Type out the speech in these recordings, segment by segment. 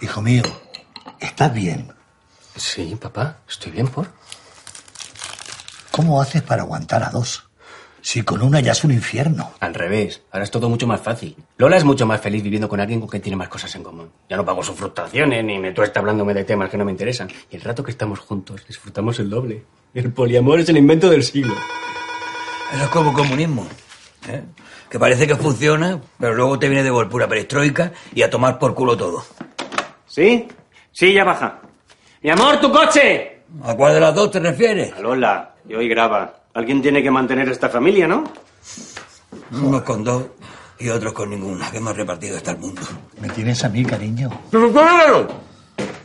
Hijo mío, ¿estás bien? Sí, papá, estoy bien por. ¿Cómo haces para aguantar a dos? Si con una ya es un infierno. Al revés, ahora es todo mucho más fácil. Lola es mucho más feliz viviendo con alguien con quien tiene más cosas en común. Ya no pago sus frustraciones ni me tuesta hablándome de temas que no me interesan. Y el rato que estamos juntos, disfrutamos el doble. El poliamor es el invento del siglo. Eso es como comunismo. ¿eh? Que parece que funciona, pero luego te viene de volpura perestroika y a tomar por culo todo. ¿Sí? Sí, ya baja. ¡Mi amor, tu coche! ¿A cuál de las dos te refieres? A Lola, y hoy graba. Alguien tiene que mantener esta familia, ¿no? Unos con dos y otros con ninguna, que hemos repartido hasta el mundo. Me tienes a mí, cariño.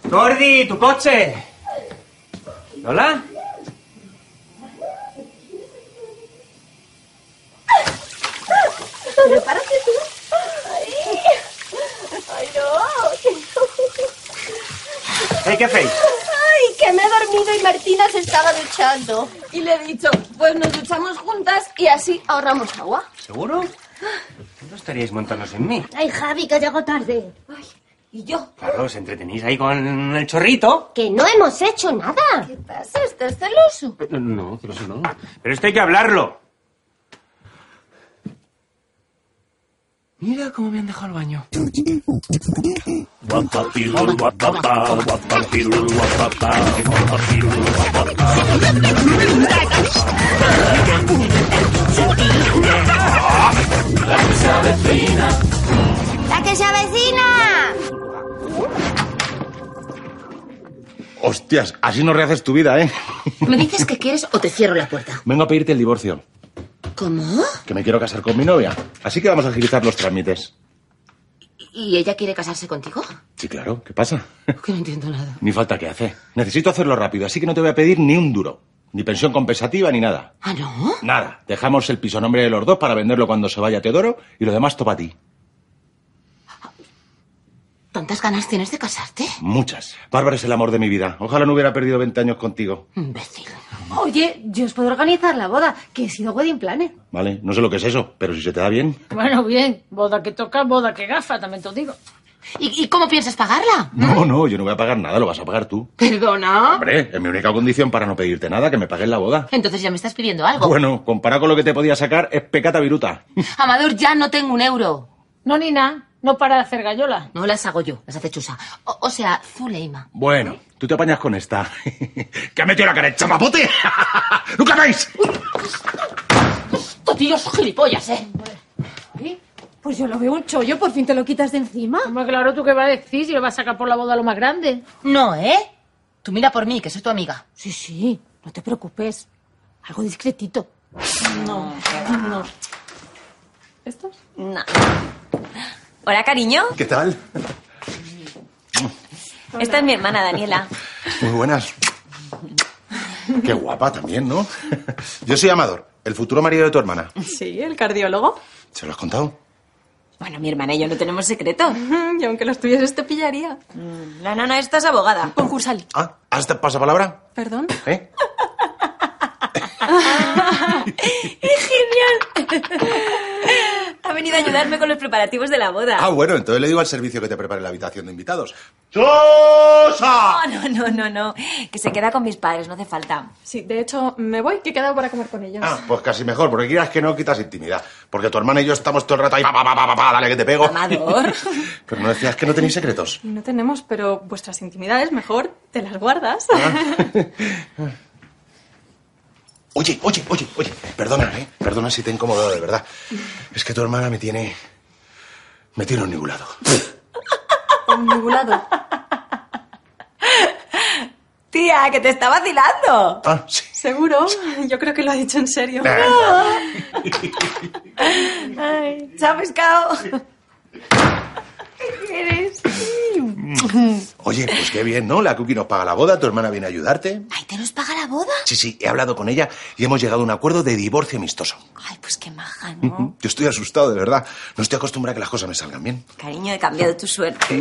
Gordi, tu coche. ¿Lola? Pero párate tú. Ay, ay no, que no. Hey, ¿qué hacéis? Ay, que me he dormido y Martina se estaba duchando. Y le he dicho, pues nos duchamos juntas y así ahorramos agua. ¿Seguro? No estaríais montando sin mí. Ay, Javi, que llego tarde. Y yo, Claro, os entretenéis ahí con el chorrito. Que no hemos hecho nada. ¿qué pasa? ¿Estás celoso? No, pero eso no. Pero esto hay que hablarlo. Mira cómo me han dejado el baño. ¡La que se avecina! Hostias, así no rehaces tu vida, ¿eh? ¿Me dices que quieres o te cierro la puerta? Vengo a pedirte el divorcio, ¿Cómo? que me quiero casar con mi novia. Así que vamos a agilizar los trámites. ¿Y ella quiere casarse contigo? Sí, claro, ¿qué pasa? Que no entiendo nada. Ni falta que hace. Necesito hacerlo rápido, así que no te voy a pedir ni un duro. Ni pensión compensativa ni nada. ¿Ah, no? Nada. Dejamos el piso a nombre de los dos para venderlo cuando se vaya Teodoro y lo demás topa a ti. ¿Tantas ganas tienes de casarte? Muchas. Bárbara es el amor de mi vida. Ojalá no hubiera perdido 20 años contigo. Imbécil. Oye, yo os puedo organizar la boda, que he sido wedding planner. Vale, no sé lo que es eso, pero si se te da bien. Bueno, bien, boda que toca, boda que gafa, también te lo digo. ¿Y, y cómo piensas pagarla? No, no, yo no voy a pagar nada, lo vas a pagar tú. ¿Perdona? Hombre, es mi única condición para no pedirte nada, que me pagues la boda. Entonces ya me estás pidiendo algo. Bueno, comparado con lo que te podía sacar, es pecata viruta. Amador, ya no tengo un euro. No, Nina, no para de hacer gallola. No las hago yo, las hace Chusa. O, o sea, Zuleima. Bueno, tú te apañas con esta. ¿Qué ha metido la cara el chapapote? ¡Nunca veis! Estos tíos gilipollas, ¿eh? Pues yo lo veo un chollo, por fin te lo quitas de encima. Hombre, claro, ¿tú qué vas a decir si lo vas a sacar por la boda lo más grande? No, ¿eh? Tú mira por mí, que soy tu amiga. Sí, sí, no te preocupes. Algo discretito. No. Hola, cariño. ¿Qué tal? Esta es mi hermana Daniela. Muy buenas. Qué guapa también, ¿no? Yo soy Amador, el futuro marido de tu hermana. Sí, el cardiólogo. ¿Se lo has contado? Bueno, mi hermana y yo no tenemos secreto. Mm, Y aunque los tuyos te pillaría. La nana esta es abogada, concursal. Ah, ¿has de- pasapalabra? Perdón. ¿Eh? Ha venido a ayudarme con los preparativos de la boda. Ah, bueno, entonces le digo al servicio que te prepare la habitación de invitados. No, no, no, no, no. Que se queda con mis padres, no hace falta. Sí, de hecho, me voy, que he quedado para comer con ellos. Ah, pues casi mejor, porque quieras que no quitas intimidad. Porque tu hermana y yo estamos todo el rato ahí, pa, pa, pa, pa, pa, pa, dale que te pego. Amador. Pero no decías que no tenéis secretos. No tenemos, pero vuestras intimidades mejor te las guardas. Oye, oye, oye, oye, perdona, ¿eh? Perdona si te he incomodado, de verdad. Es que tu hermana me tiene... Me tiene nibulado. Omnibulado. Tía, que te está vacilando. Ah, sí. ¿Seguro? Yo creo que lo ha dicho en serio. Chao, pescado. Oye, pues qué bien, ¿no? La Cookie nos paga la boda, tu hermana viene a ayudarte. ¿Ay, te nos paga la boda? Sí, sí, he hablado con ella y hemos llegado a un acuerdo de divorcio amistoso. Mm, Ay, pues qué maja, ¿no? Yo estoy asustado, de verdad. No estoy acostumbrado a que las cosas me salgan bien. Cariño, he cambiado tu suerte.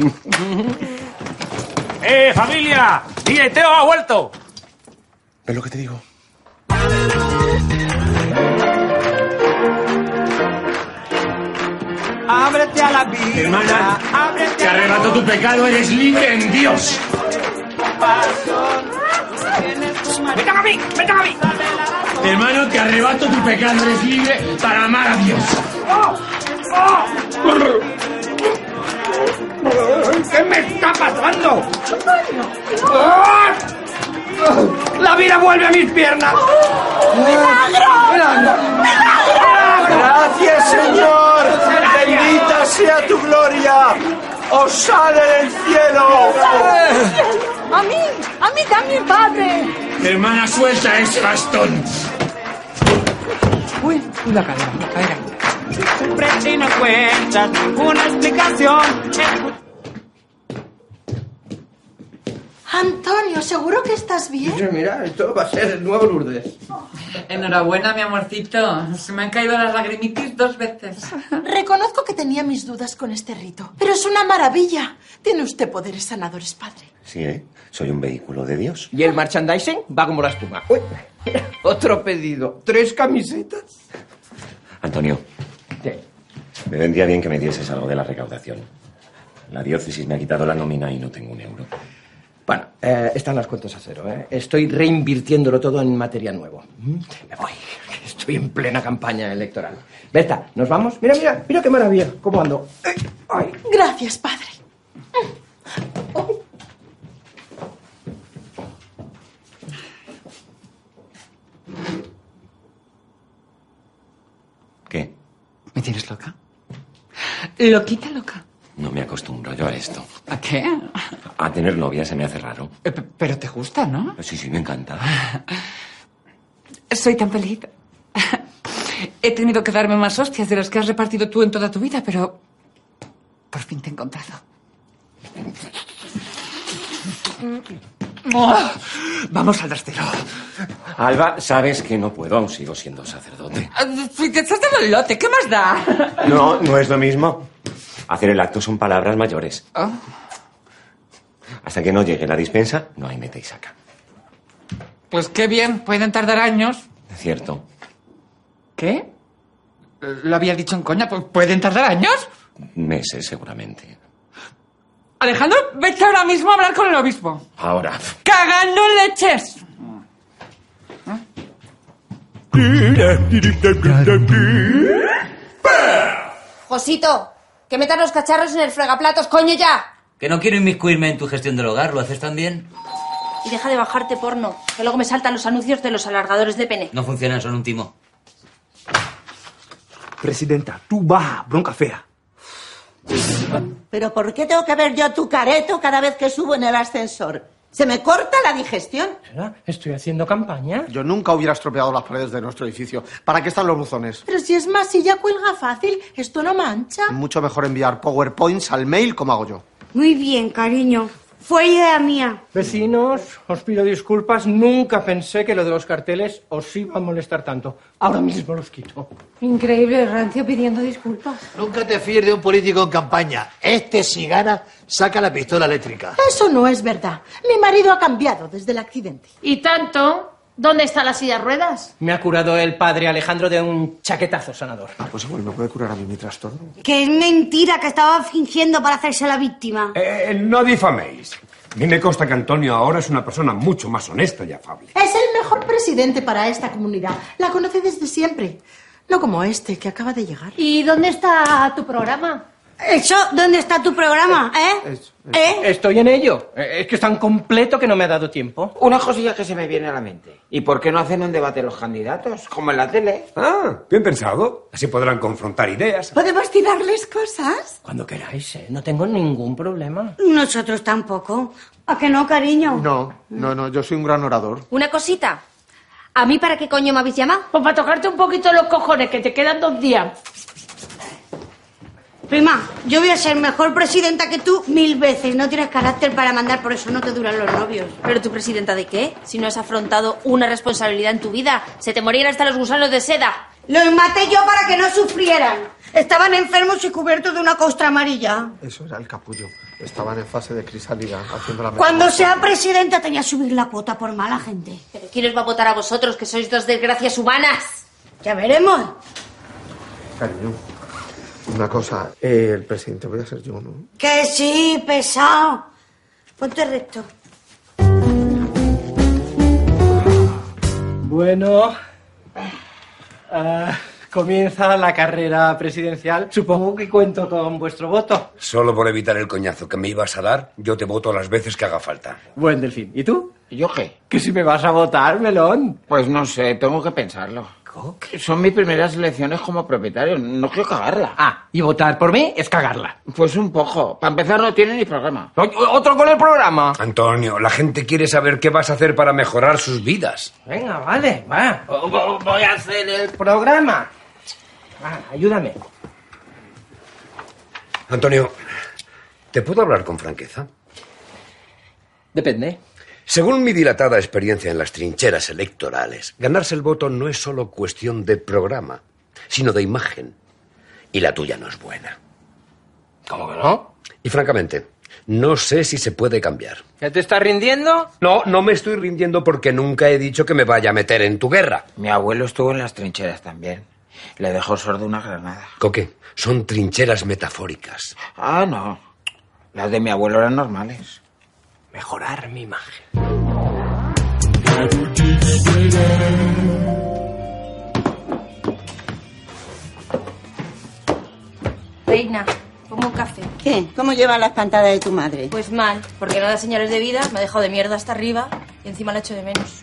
¡Eh, familia! ¡Y Teo ha vuelto! ¿Ves lo que te digo? ¡Ábrete a la Hermana, te arrebató tu pecado, eres libre en Dios. ¡Vengan a mí! ¡Vengan a mí! Hermano, te arrebato tu pecado, eres libre para amar a Dios. ¿Qué me está pasando? ¡Ah! ¡La vida vuelve a mis piernas! ¡Milagro! ¡Milagro! Gracias, Señor. Bendita sea tu gloria. Os sale del cielo. A mí, a mí también, padre. Hermana, suelta ese bastón. Uy, uy, la cadera, la cadera. Siempre si no cuentas ninguna explicación. Antonio, ¿seguro que estás bien? mira, esto va a ser el nuevo Lourdes. Enhorabuena, mi amorcito. Se me han caído las lagrimitis dos veces. Reconozco que tenía mis dudas con este rito, pero es una maravilla. Tiene usted poderes sanadores, padre. Sí, ¿eh? Soy un vehículo de Dios. Y el merchandising va como la espuma. Uy, otro pedido. Tres camisetas. Antonio, ¿Qué? me vendría bien que me dieses algo de la recaudación. La diócesis me ha quitado la nómina y no tengo un euro. Bueno, eh, están las cuentas a cero. ¿eh? Estoy reinvirtiéndolo todo en material nuevo. Mm, Me voy. Estoy en plena campaña electoral. Berta, ¿nos vamos? Mira, mira, mira qué maravilla. ¿Cómo ando? Gracias, padre. ¿Qué? ¿Me tienes loca? Loquita loca. No me acostumbro yo a esto. ¿A qué? A tener novia se me hace raro. Eh, p- Pero te gusta, ¿no? Sí, sí, me encanta. Soy tan feliz. He tenido que darme más hostias de las que has repartido tú en toda tu vida, pero por fin te he encontrado. Vamos al trastero. Alba, sabes que no puedo, aún sigo siendo sacerdote. Si te estás dando el lote, ¿qué más da? No, no es lo mismo. Hacer el acto son palabras mayores. Oh, Hasta que no llegue la dispensa, no hay mete y saca. pues qué bien, pueden tardar años. Cierto. ¿Qué? Lo había dicho en coña, pues pueden tardar años. Meses, seguramente. Alejandro, vete ahora mismo a hablar con el obispo. Ahora. ¡Cagando leches! Josito, que metan los cacharros en el fregaplatos, coño ya. Que no quiero inmiscuirme en tu gestión del hogar, ¿lo haces tan bien? Y deja de bajarte porno, que luego me saltan los anuncios de los alargadores de pene. No funcionan, son un timo. Presidenta, tú baja, bronca fea. Pero ¿por qué tengo que ver yo tu careto cada vez que subo en el ascensor? Se me corta la digestión. Estoy haciendo campaña. Yo nunca hubiera estropeado las paredes de nuestro edificio. ¿Para qué están los buzones? Pero si es más, si ya cuelga fácil, esto no mancha. Mucho mejor enviar PowerPoints al mail como hago yo. Muy bien, cariño. Fue idea mía. Vecinos, os pido disculpas. Nunca pensé que lo de los carteles os iba a molestar tanto. Ahora mismo los quito. Increíble, Rancio pidiendo disculpas. Nunca te fíes de un político en campaña. Este, si gana, saca la pistola eléctrica. Eso no es verdad. Mi marido ha cambiado desde el accidente. ¿Y tanto? ¿Dónde está la silla de ruedas? Me ha curado el padre Alejandro de un chaquetazo sanador. Ah, pues igual me puede curar a mí mi trastorno. Que es mentira que estaba fingiendo para hacerse la víctima. Eh, no difaméis. A mí me consta que Antonio ahora es una persona mucho más honesta y afable. Es el mejor presidente para esta comunidad. La conoce desde siempre. No como este que acaba de llegar. ¿Y dónde está tu programa? Eso, ¿dónde está tu programa, eh? Estoy en ello. Eh, Es que es tan completo que no me ha dado tiempo. Una cosilla que se me viene a la mente. ¿Y por qué no hacen un debate los candidatos? Como en la tele. Ah, bien pensado. Así podrán confrontar ideas. ¿Podemos tirarles cosas? Cuando queráis, eh, No tengo ningún problema. Nosotros tampoco. ¿A que no, cariño? No, no, no, yo soy un gran orador. Una cosita. ¿A mí para qué coño me habéis llamado? Pues para tocarte un poquito los cojones, que te quedan dos días. Prima, yo voy a ser mejor presidenta que tú mil veces. No tienes carácter para mandar, por eso no te duran los novios. ¿Pero tú presidenta de qué? Si no has afrontado una responsabilidad en tu vida, se te morían hasta los gusanos de seda. Los maté yo para que no sufrieran. Estaban enfermos y cubiertos de una costra amarilla. Eso era el capullo. Estaban en fase de crisálida, haciendo la Cuando sea presidenta tenía que subir la cuota por mala gente. ¿Pero quién os va a votar a vosotros, que sois dos desgracias humanas? Ya veremos. Cariño, Una cosa, eh, el presidente voy a ser yo, ¿no? Que sí, pesado. Ponte recto. Bueno, ah, comienza la carrera presidencial. Supongo que cuento con vuestro voto. Solo por evitar el coñazo que me ibas a dar, yo te voto las veces que haga falta. Buen delfín. ¿Y tú? ¿Yo qué? Que si me vas a votar, melón. Pues no sé, tengo que pensarlo. Son mis primeras elecciones como propietario, no quiero cagarla. Ah, y votar por mí es cagarla. Pues un poco. Para empezar no tiene ni programa. ¿Otro con el programa? Antonio, la gente quiere saber qué vas a hacer para mejorar sus vidas. Venga, vale, va. O- o- Voy a hacer el programa. Va, ayúdame. Antonio, ¿te puedo hablar con franqueza? Depende. Según mi dilatada experiencia en las trincheras electorales, ganarse el voto no es solo cuestión de programa, sino de imagen. Y la tuya no es buena. ¿Cómo que no? Y francamente, no sé si se puede cambiar. ¿Ya te estás rindiendo? No, no me estoy rindiendo porque nunca he dicho que me vaya a meter en tu guerra. Mi abuelo estuvo en las trincheras también. Le dejó sordo una granada. Coque, son trincheras metafóricas. Ah, no. Las de mi abuelo eran normales. Mejorar mi imagen. Reina, pongo un café. ¿Qué? ¿Cómo lleva la espantada de tu madre? Pues mal, porque no da señales de vida, me ha dejado de mierda hasta arriba y encima la echo de menos.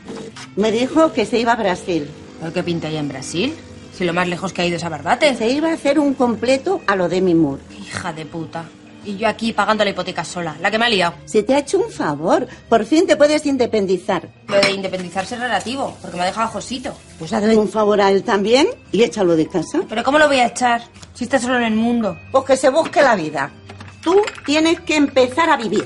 Me dijo que se iba a Brasil. ¿Por qué pinta ya en Brasil? Si lo más lejos que ha ido es a Barbate. Se iba a hacer un completo a lo de mi Moore. Hija de puta. Y yo aquí pagando la hipoteca sola, la que me ha liado. Se te ha hecho un favor. Por fin te puedes independizar. Lo de independizarse es relativo, porque me ha dejado a Josito. Pues hazle un favor a él también y échalo de casa. ¿Pero cómo lo voy a echar? Si está solo en el mundo. Pues que se busque la vida. Tú tienes que empezar a vivir.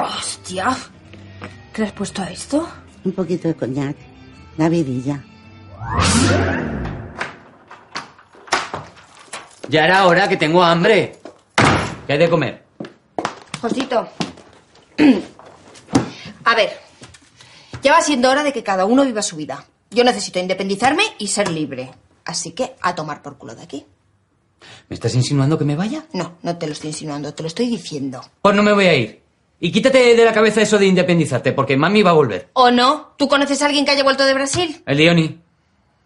Hostia. ¿Qué le has puesto a esto? Un poquito de coñac. La vidilla. Ya era hora que tengo hambre. ¿Qué hay de comer? Josito. A ver. Ya va siendo hora de que cada uno viva su vida. Yo necesito independizarme y ser libre. Así que a tomar por culo de aquí. ¿Me estás insinuando que me vaya? No, no te lo estoy insinuando, te lo estoy diciendo. Pues no me voy a ir. Y quítate de la cabeza eso de independizarte, porque mami va a volver. ¿O no? ¿Tú conoces a alguien que haya vuelto de Brasil? El Leoni.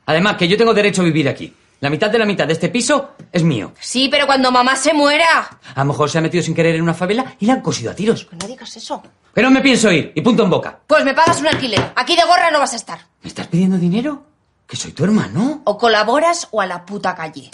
Además, que yo tengo derecho a vivir aquí. La mitad de la mitad de este piso es mío. Sí, pero cuando mamá se muera. A lo mejor se ha metido sin querer en una favela y la han cosido a tiros. Pues No digas eso. Que no me pienso ir. Y punto en boca. Pues me pagas un alquiler. Aquí de gorra no vas a estar. ¿Me estás pidiendo dinero? Que soy tu hermano. O colaboras o a la puta calle.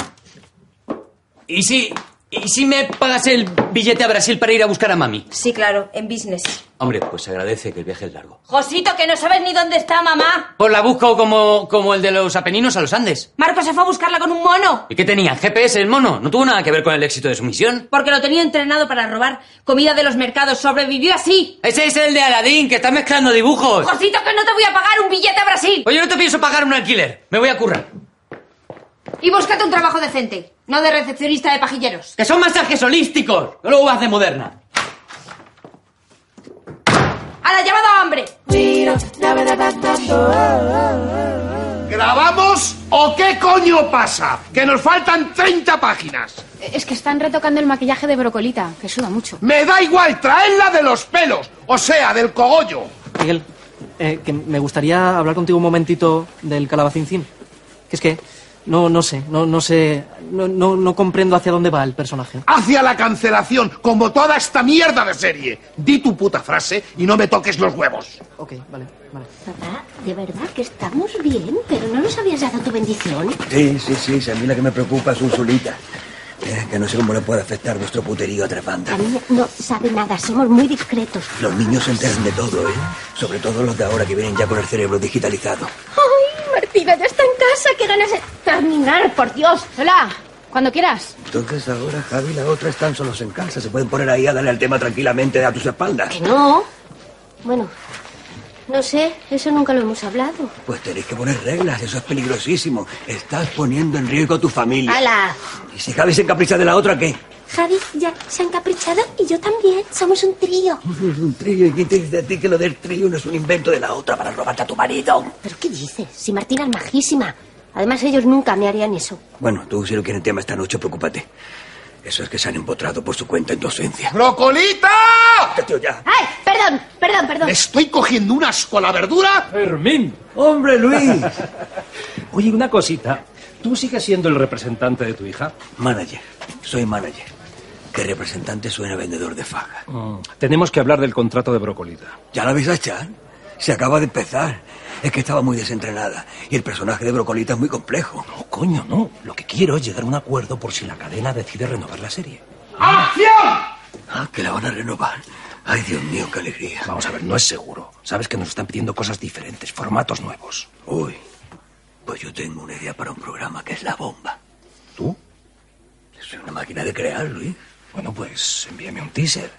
¿Y si, ¿Y si me pagas el billete a Brasil para ir a buscar a mami? Sí, claro, en business. Hombre, pues agradece que el viaje es largo. Josito, que no sabes ni dónde está mamá. Pues la busco como, como el de los Apeninos a los Andes. Marco se fue a buscarla con un mono. ¿Y qué tenía? ¿GPS el mono? No tuvo nada que ver con el éxito de su misión. Porque lo tenía entrenado para robar comida de los mercados. Sobrevivió así. Ese es el de Aladín, que está mezclando dibujos. Josito, que no te voy a pagar un billete a Brasil. Oye, no te pienso pagar un alquiler. Me voy a currar. Y búscate un trabajo decente. No de recepcionista de pajilleros. Que son masajes holísticos. No lo vas de moderna. ¡A la llamada hambre! ¿Grabamos o qué coño pasa? Que nos faltan 30 páginas. Es que están retocando el maquillaje de brocolita, que suda mucho. Me da igual traerla de los pelos, o sea, del cogollo. Miguel, eh, que me gustaría hablar contigo un momentito del calabacincín. Que es que no, no sé, no, no sé, no, no, no comprendo hacia dónde va el personaje. Hacia la cancelación, como toda esta mierda de serie. Di tu puta frase y no me toques los huevos. Ok, vale, vale. Papá, de verdad que estamos bien, pero no nos habías dado tu bendición. Sí, sí, sí, si a mí la que me preocupa es Ursulita. Eh, que no sé cómo le puede afectar vuestro puterío a Trafanda. La niña no sabe nada, somos muy discretos. Los niños se enteran de todo, ¿eh? Sobre todo los de ahora que vienen ya con el cerebro digitalizado. ¡Ay, Martina, ya está en casa! ¡Qué ganas de terminar, por Dios! ¡Hola! Cuando quieras. Entonces ahora Javi y la otra están solos en casa. Se pueden poner ahí a darle al tema tranquilamente a tus espaldas. No. Bueno, no sé, eso nunca lo hemos hablado. Pues tenéis que poner reglas, eso es peligrosísimo. Estás poniendo en riesgo a tu familia. ¡Hala! ¿Y si Javi se encapricha de la otra, qué? Javi ya se ha encaprichado y yo también. Somos un trío. Un trío, ¿y quién te dice a ti que lo del trío no es un invento de la otra para robarte a tu marido? ¿Pero qué dices? Si Martina es majísima. Además, ellos nunca me harían eso. Bueno, tú si no quieres tema esta noche, preocúpate. Eso es que se han empotrado por su cuenta en tu ausencia. ¡Brocolita! tío ya! ¡Ay! Perdón, perdón, perdón. Le estoy cogiendo un asco a la verdura. Fermín. Hombre, Luis. Oye, una cosita. ¿Tú sigues siendo el representante de tu hija? Manager. Soy manager. Que representante suena a vendedor de faga. Mm. Tenemos que hablar del contrato de Brocolita. ¿Ya la habéis echado? Se acaba de empezar. Es que estaba muy desentrenada. Y el personaje de Brocolita es muy complejo. No, coño, no. Lo que quiero es llegar a un acuerdo por si la cadena decide renovar la serie. ¡Acción! Ah, que la van a renovar. Ay, Dios mío, qué alegría. Vamos a ver, no es seguro. Sabes que nos están pidiendo cosas diferentes, formatos nuevos. Uy, pues yo tengo una idea para un programa que es la bomba. ¿Tú? Soy una máquina de crear, Luis. Bueno, pues envíame un teaser.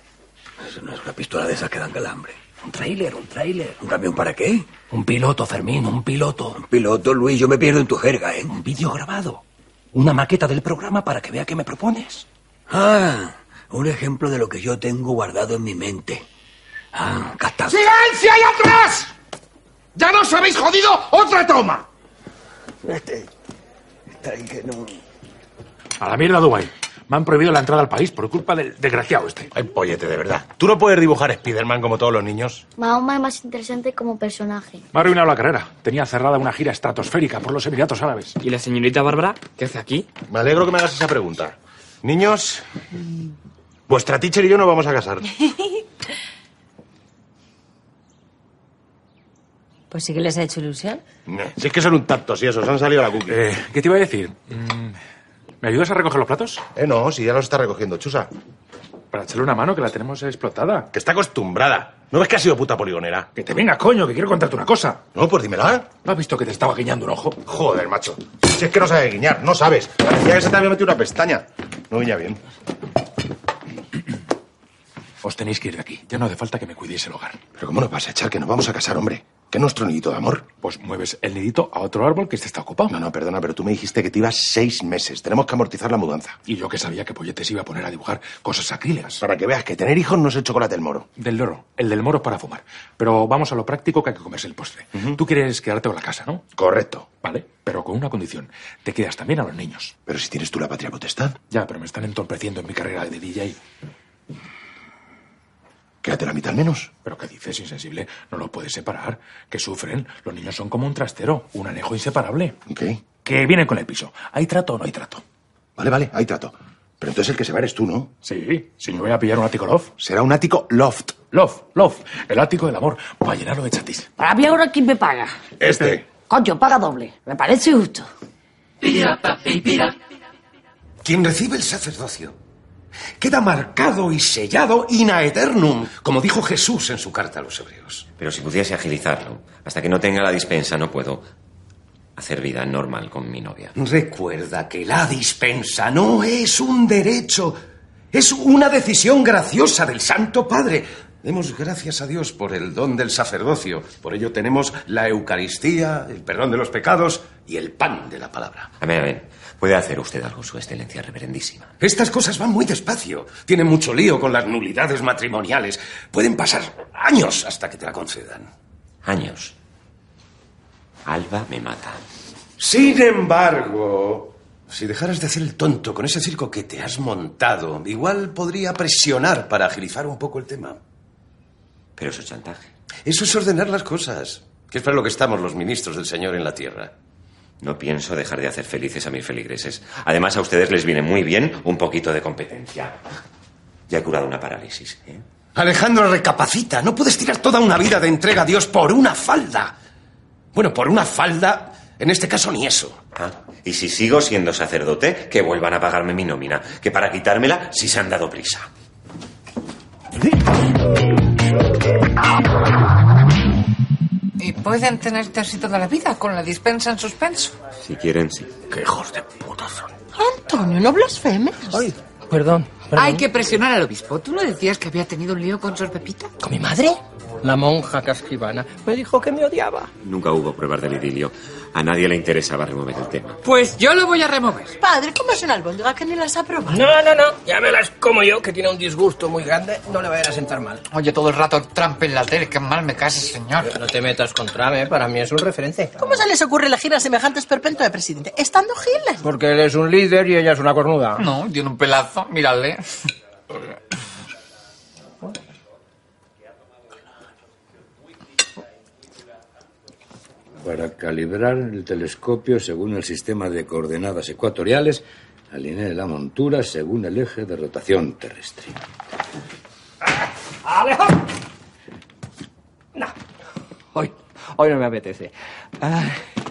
Eso no es una pistola de esas que dan calambre. Un tráiler, un tráiler. ¿Un camión para qué? Un piloto, Fermín, un piloto. Un piloto, Luis, yo me pierdo en tu jerga, ¿eh? Un vídeo grabado. Una maqueta del programa para que vea qué me propones. Ah, un ejemplo de lo que yo tengo guardado en mi mente. Ah, captado. ¡Silencio ahí atrás! ¡Ya nos habéis jodido otra toma! Este, está ahí que no... A la mierda, Dubai. Me han prohibido la entrada al país por culpa del desgraciado este. Ay, pollete, de verdad. ¿Tú no puedes dibujar a Spider-Man como todos los niños? Mahoma es más interesante como personaje. Me ha arruinado la carrera. Tenía cerrada una gira estratosférica por los Emiratos Árabes. ¿Y la señorita Bárbara qué hace aquí? Me alegro que me hagas esa pregunta. Niños, vuestra teacher y yo nos vamos a casar. Pues sí que les ha hecho ilusión. Si es que son un tanto, si esos han salido a la cookie. Eh, ¿Qué te iba a decir? Mm, ¿Me ayudas a recoger los platos? Eh, no, si ya los está recogiendo Chusa. Para echarle una mano, que la tenemos explotada. Que está acostumbrada. ¿No ves que ha sido puta poligonera? Que te venga, coño, que quiero contarte una cosa. No, pues dímela. ¿No has visto que te estaba guiñando un ojo? Joder, macho. Si es que no sabes guiñar, no sabes. Parecía que se te había metido una pestaña. No guiña bien. Os tenéis que ir de aquí. Ya no hace falta que me cuidéis el hogar. Pero ¿cómo nos vas a echar que nos vamos a casar, hombre? Que es nuestro nidito de amor. Pues mueves el nidito a otro árbol que este está ocupado. No, no, perdona, pero tú me dijiste que te ibas seis meses. Tenemos que amortizar la mudanza. Y yo que sabía que Pollete se iba a poner a dibujar cosas sacrílegas. Para que veas que tener hijos no es el chocolate del moro. Del loro. El del moro es para fumar. Pero vamos a lo práctico que hay que comerse el postre. Tú quieres quedarte con la casa, ¿no? Correcto. Vale, pero con una condición. Te quedas también a los niños. Pero si tienes tú la patria potestad, Ya, pero me están entorpeciendo en mi carrera de DJ. quédate la mitad al menos. ¿Pero qué dices, insensible? No lo puedes separar. Que sufren. Los niños son como un trastero, un anejo inseparable. Ok. Que vienen con el piso. ¿Hay trato o no hay trato? Vale, vale, ahí trato. Pero entonces el que se va eres tú, ¿no? Sí, si yo voy a pillar un ático loft. Será un ático loft. Love, love, el ático del amor, para llenarlo de chatis. A mí ahora quién me paga. Este. Coño, paga doble. Me parece justo. Quien recibe el sacerdocio queda marcado y sellado in aeternum, como dijo Jesús en su carta a los hebreos. Pero si pudiese agilizarlo, hasta que no tenga la dispensa no puedo hacer vida normal con mi novia. Recuerda que la dispensa Ah, no es un derecho, es una decisión graciosa del Santo Padre. Demos gracias a Dios por el don del sacerdocio. Por ello tenemos la Eucaristía, el perdón de los pecados y el pan de la palabra. A ver, a ver, ¿puede hacer usted algo, Su Excelencia Reverendísima? Estas cosas van muy despacio. Tienen mucho lío con las nulidades matrimoniales. Pueden pasar años hasta que te la concedan. Años. Alba me mata. Sin embargo, si dejaras de hacer el tonto con ese circo que te has montado, igual podría presionar para agilizar un poco el tema. Pero eso es chantaje. Eso es ordenar las cosas, que es para lo que estamos los ministros del Señor en la tierra. No pienso dejar de hacer felices a mis feligreses. Además, a ustedes les viene muy bien un poquito de competencia. Ya he curado una parálisis. ¿eh? Alejandro, recapacita. No puedes tirar toda una vida de entrega a Dios por una falda. Bueno, por una falda, en este caso ni eso. Ah, y si sigo siendo sacerdote, que vuelvan a pagarme mi nómina, que para quitármela sí se han dado prisa. Y pueden tenerte así toda la vida, con la dispensa en suspenso. Si quieren, sí. ¡Qué hijos de puta son! Antonio, no blasfemes. Ay, perdón. perdón. Hay que presionar al obispo. ¿Tú no decías que había tenido un lío con Sor Pepita? ¿Con mi madre? la monja casquivana, me dijo que me odiaba. Nunca hubo pruebas del idilio. A nadie le interesaba remover el tema. Pues yo lo voy a remover. Padre, ¿cómo es una albóndiga que ni las ha probado? No, no, no, ya me las como yo, que tiene un disgusto muy grande, no le vayan a sentar mal. Oye, todo el rato Trump en la tele, que mal me cases, señor. No te metas con Trump, ¿eh? para mí es un referente. ¿Cómo se les ocurre elegir a semejante esperpento de presidente? Estando Hitler. Porque él es un líder y ella es una cornuda. No, tiene un pelazo, mírale. Para calibrar el telescopio según el sistema de coordenadas ecuatoriales, alinee la montura según el eje de rotación terrestre. ¡Alejo! No. Hoy, hoy no me apetece. Ah,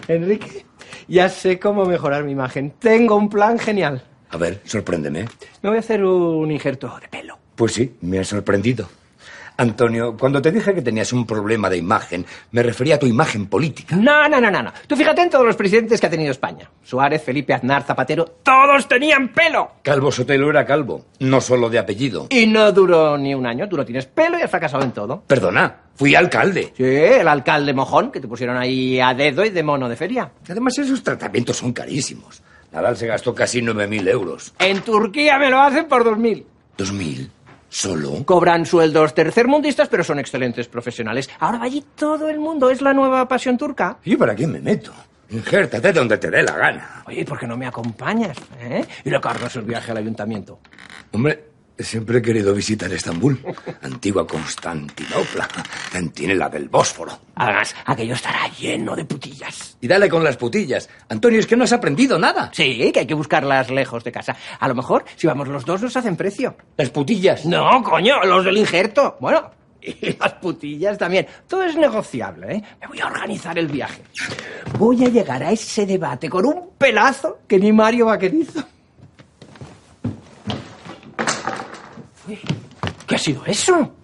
Enrique, ya sé cómo mejorar mi imagen. Tengo un plan genial. A ver, sorpréndeme. Me voy a hacer un injerto de pelo. Pues sí, me ha sorprendido. Antonio, cuando te dije que tenías un problema de imagen, me refería a tu imagen política. No, no, no, no, no. Tú fíjate en todos los presidentes que ha tenido España. Suárez, Felipe, Aznar, Zapatero, todos tenían pelo. Calvo Sotelo era calvo, no solo de apellido. Y no duró ni un año. Tú no tienes pelo y has fracasado en todo. Perdona, fui alcalde. Sí, el alcalde mojón que te pusieron ahí a dedo y de mono de feria. Además, esos tratamientos son carísimos. Nadal se gastó casi 9.000 euros. En Turquía me lo hacen por 2.000. ¿2.000? ¿Solo? Cobran sueldos tercermundistas, pero son excelentes profesionales. Ahora va allí todo el mundo. Es la nueva pasión turca. ¿Y para qué me meto? Injértate donde te dé la gana. Oye, ¿y por qué no me acompañas? ¿Eh? Y le cargas el viaje al ayuntamiento. Hombre, siempre he querido visitar Estambul, antigua Constantinopla, cantinela del Bósforo. Además, aquello estará lleno de putillas. Y dale con las putillas. Antonio, es que no has aprendido nada. Sí, que hay que buscarlas lejos de casa. A lo mejor, si vamos los dos, nos hacen precio. Las putillas. No, coño, los del injerto. Bueno, y las putillas también. Todo es negociable, ¿eh? Me voy a organizar el viaje. Voy a llegar a ese debate con un pelazo que ni Mario Vaquerizo. Uy, ¿Qué ha sido eso?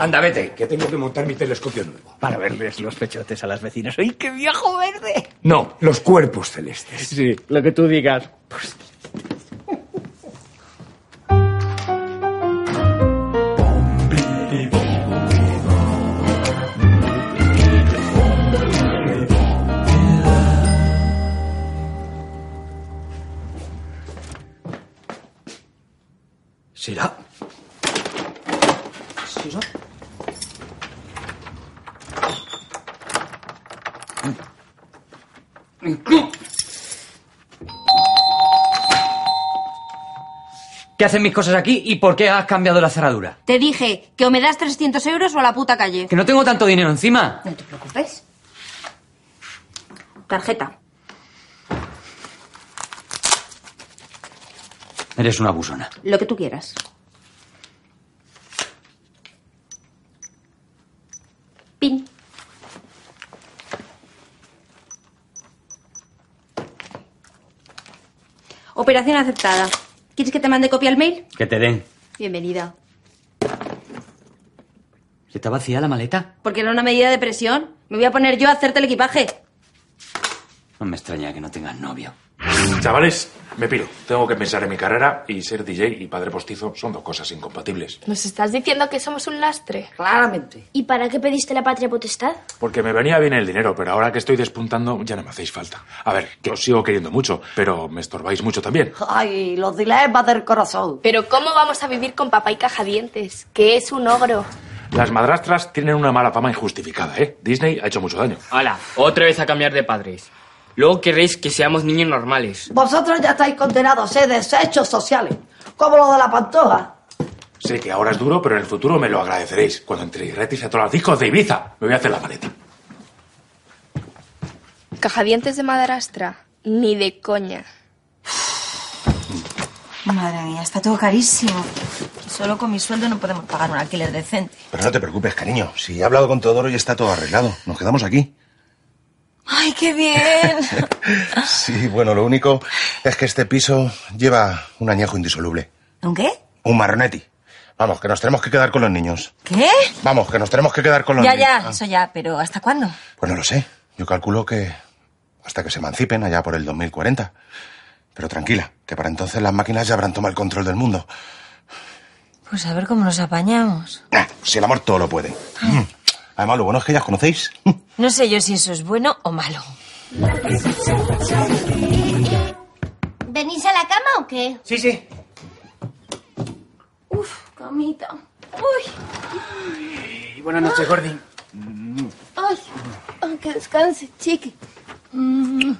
Anda, vete, que tengo que montar mi telescopio nuevo. Para verles los pechotes a las vecinas. ¡Ay, qué viejo verde! No, los cuerpos celestes. Sí, lo que tú digas. ¿Será? ¿Será? ¿Qué hacen mis cosas aquí y por qué has cambiado la cerradura? Te dije que o me das 300 euros o a la puta calle. Que no tengo tanto dinero encima. No te preocupes. Tarjeta. Eres una abusona. Lo que tú quieras. Pin. Operación aceptada. ¿Quieres que te mande copia al mail? Que te den. Bienvenida. ¿Se está vacía la maleta? Porque era una medida de presión. Me voy a poner yo a hacerte el equipaje. No me extraña que no tengas novio. Chavales, me piro. Tengo que pensar en mi carrera y ser DJ y padre postizo son dos cosas incompatibles. ¿Nos estás diciendo que somos un lastre? Claramente. ¿Y para qué pediste la patria potestad? Porque me venía bien el dinero, pero ahora que estoy despuntando ya no me hacéis falta. A ver, que os sigo queriendo mucho, pero me estorbáis mucho también. Ay, los dilemas del corazón. Pero ¿cómo vamos a vivir con papá y cajadientes? Que es un ogro. Las madrastras tienen una mala fama injustificada, ¿eh? Disney ha hecho mucho daño. Hala, otra vez a cambiar de padres. Luego queréis que seamos niños normales. Vosotros ya estáis condenados a ser desechos sociales, como lo de la pantoja. Sé que ahora es duro, pero en el futuro me lo agradeceréis. Cuando entréis gratis a todos los discos de Ibiza, me voy a hacer la maleta. Cajadientes de madrastra. Ni de coña. Madre mía, está todo carísimo. Y solo con mi sueldo no podemos pagar un alquiler decente. Pero no te preocupes, cariño. Si he hablado con Teodoro y está todo arreglado. Nos quedamos aquí. ¡Ay, qué bien! Ah. Sí, bueno, lo único es que este piso lleva un añejo indisoluble. ¿Un qué? Un marronetti. Vamos, que nos tenemos que quedar con los niños. ¿Qué? Vamos, que nos tenemos que quedar con los Ya, niños. ya, Ah, eso ya, pero ¿hasta cuándo? Pues no lo sé. Yo calculo que hasta que se emancipen allá por el 2040. Pero tranquila, que para entonces las máquinas ya habrán tomado el control del mundo. Pues a ver cómo nos apañamos. Ah, pues el amor todo lo puede. Ah. Mm. Además, lo bueno es que ya os conocéis. No sé yo si eso es bueno o malo. ¿Venís a la cama o qué? Sí, sí. Uf, camita. Uy, Y buenas noches, Gordy. ay, ay, que descanse, chiqui. Mm, mm.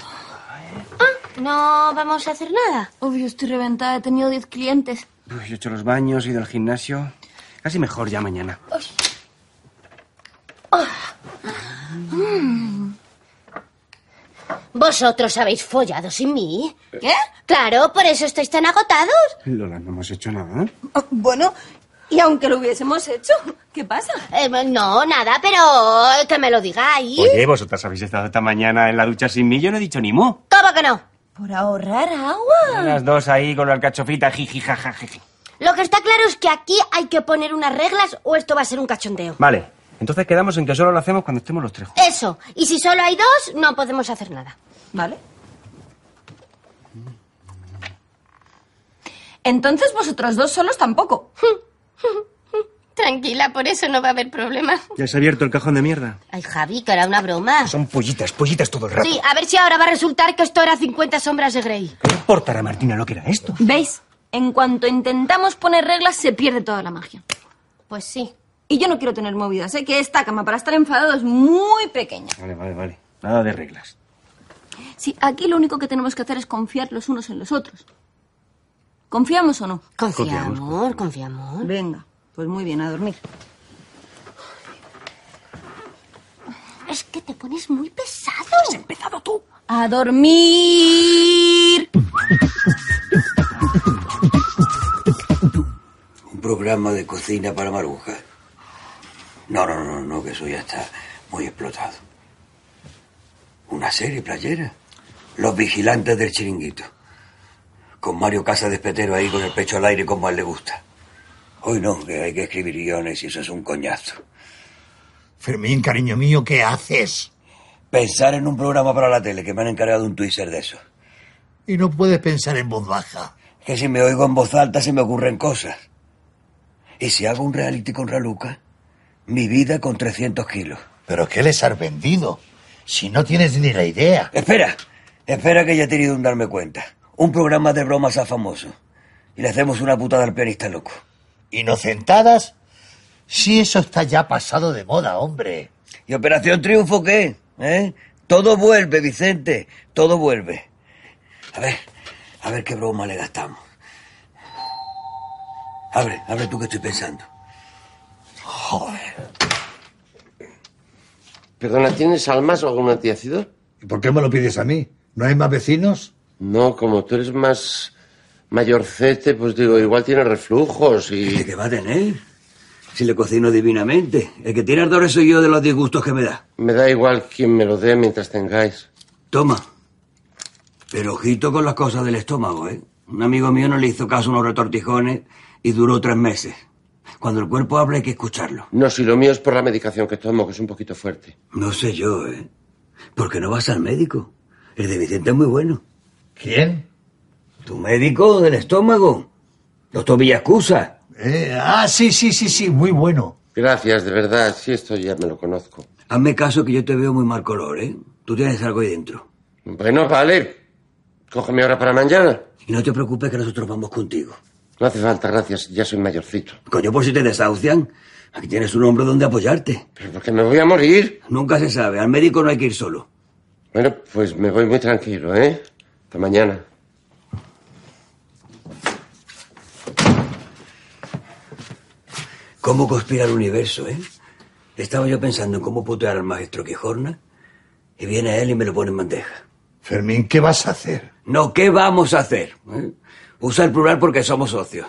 Ah, No vamos a hacer nada. Obvio, estoy reventada. He tenido 10 clientes. Uy, he hecho los baños, he ido al gimnasio. Casi mejor ya mañana. Mm. ¿Vosotros habéis follado sin mí? ¿Qué? Claro, por eso estáis tan agotados. Lola, no hemos hecho ¿eh? nada. Bueno, y aunque lo hubiésemos hecho, ¿qué pasa? Eh, no, nada, pero eh, que me lo digáis. Oye, vosotras habéis estado esta mañana en la ducha sin mí, yo no he dicho ni mu. ¿Cómo que no? Por ahorrar agua. Las dos ahí con la alcachofita, jiji, jaja, jiji. Lo que está claro es que aquí hay que poner unas reglas o esto va a ser un cachondeo. Vale, entonces quedamos en que solo lo hacemos cuando estemos los tres. juntos. Eso. Y si solo hay dos, no podemos hacer nada. ¿Vale? Entonces vosotros dos solos tampoco. Tranquila, por eso no va a haber problema. Ya se ha abierto el cajón de mierda. Ay, Javi, que era una broma. Son pollitas, pollitas todo el Sí, a ver si ahora va a resultar que esto era 50 sombras de Grey. ¿Qué importará, Martina, lo que era esto? ¿Veis? En cuanto intentamos poner reglas, se pierde toda la magia. Pues sí. Y yo no quiero tener movidas, ¿eh? Que esta cama para estar enfadado es muy pequeña. Vale, vale, vale. Nada de reglas. Sí, aquí lo único que tenemos que hacer es confiar los unos en los otros. ¿Confiamos o no? Confiamos, confiamos. Venga, pues muy bien, a dormir. Es que te pones muy pesado. Has empezado tú. A dormir. Un programa de cocina para marujas. No, no, no, no, que eso ya está muy explotado. Una serie playera. Los vigilantes del chiringuito. Con Mario Casa de Espetero ahí con el pecho al aire como a él le gusta. Hoy no, que hay que escribir guiones y eso es un coñazo. Fermín, cariño mío, ¿qué haces? Pensar en un programa para la tele, que me han encargado un Twitter de eso. Y no puedes pensar en voz baja. Que si me oigo en voz alta se me ocurren cosas. ¿Y si hago un reality con Raluca? Mi vida con 300 kilos. ¿Pero qué les has vendido? Si no tienes ni la idea. Espera, espera que ya he tenido un darme cuenta. Un programa de bromas a famoso. Y le hacemos una putada al pianista loco. ¿Inocentadas? Sí, eso está ya pasado de moda, hombre. ¿Y Operación Triunfo qué? ¿Eh? Todo vuelve, Vicente. Todo vuelve. A ver, a ver qué broma le gastamos. Abre, abre tú que estoy pensando. Joder. Perdona, ¿tienes almas o algún antiácido? ¿Y por qué me lo pides a mí? ¿No hay más vecinos? No, como tú eres más mayorcete, pues digo, igual tiene reflujos y... ¿Qué va a tener? Si le cocino divinamente. El que tiene ardores soy yo de los disgustos que me da. Me da igual quién me lo dé mientras tengáis. Toma. Pero ojito con las cosas del estómago, ¿eh? Un amigo mío no le hizo caso a unos retortijones y duró tres meses. Cuando el cuerpo habla hay que escucharlo. No, si lo mío es por la medicación que tomo, que es un poquito fuerte. No sé yo, ¿eh? Porque no vas al médico. El de Vicente es muy bueno. ¿Quién? Tu médico del estómago. Doctor Villacusa. Eh, ah, sí, sí, sí, sí, muy bueno. Gracias, de verdad, sí, esto ya me lo conozco. Hazme caso que yo te veo muy mal color, ¿eh? Tú tienes algo ahí dentro. Bueno, vale. Cógeme ahora para mañana. Y no te preocupes que nosotros vamos contigo. No hace falta, gracias, ya soy mayorcito. Coño, por si te desahucian. Aquí tienes un hombro donde apoyarte. Pero porque me voy a morir. Nunca se sabe. Al médico no hay que ir solo. Bueno, pues me voy muy tranquilo, ¿eh? Hasta mañana. ¿Cómo conspira el universo, eh? Estaba yo pensando en cómo putear al maestro Quijorna y viene él y me lo pone en bandeja. Fermín, ¿qué vas a hacer? No, ¿qué vamos a hacer? eh? Usa el plural porque somos socios.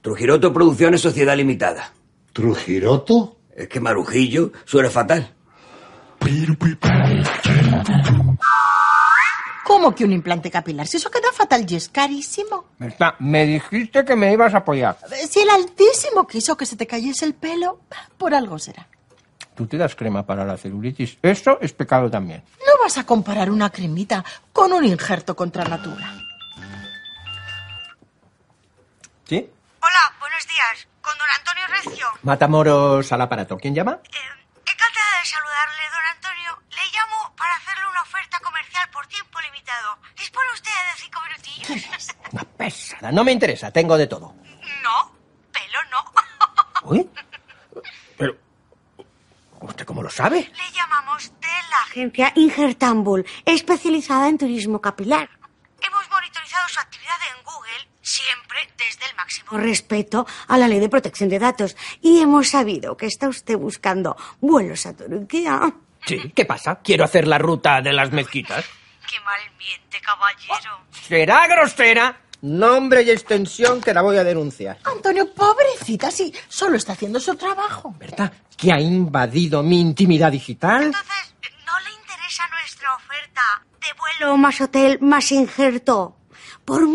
Trujiroto Producciones Sociedad Limitada. ¿Trujiroto? Es que Marujillo suena fatal. ¿Cómo que un implante capilar? Si eso queda fatal y es carísimo. Berta, me dijiste que me ibas a apoyar. Si el altísimo quiso que se te cayese el pelo, por algo será. Tú te das crema para la celulitis. Eso es pecado también. No vas a comparar una cremita con un injerto contra natura. ¿Sí? Hola, buenos días. Con don Antonio Recio. Matamoros al aparato. ¿Quién llama? Eh, Encantada de saludarle, don Antonio. Le llamo para hacerle una oferta comercial por tiempo limitado. ¿Dispone usted de cinco minutillos? Una pesada. No me interesa, tengo de todo. no, pelo no. ¿Uy? Pero... ¿Usted cómo lo sabe? Le llamamos de la Agencia Ingertambul, especializada en turismo capilar. Hemos monitorizado su actividad en Google siempre desde el máximo Por respeto a la ley de protección de datos. Y hemos sabido que está usted buscando vuelos a Turquía. Sí, ¿qué pasa? Quiero hacer la ruta de las mezquitas. ¡Qué mal miente, caballero! ¿Será grosera? Nombre y extensión que la voy a denunciar. Oh, Antonio, pobrecita, sí, solo está haciendo su trabajo. Que ha invadido mi intimidad digital. Interesa nuestra oferta de Lo vuelo más... más hotel, más injerto. Por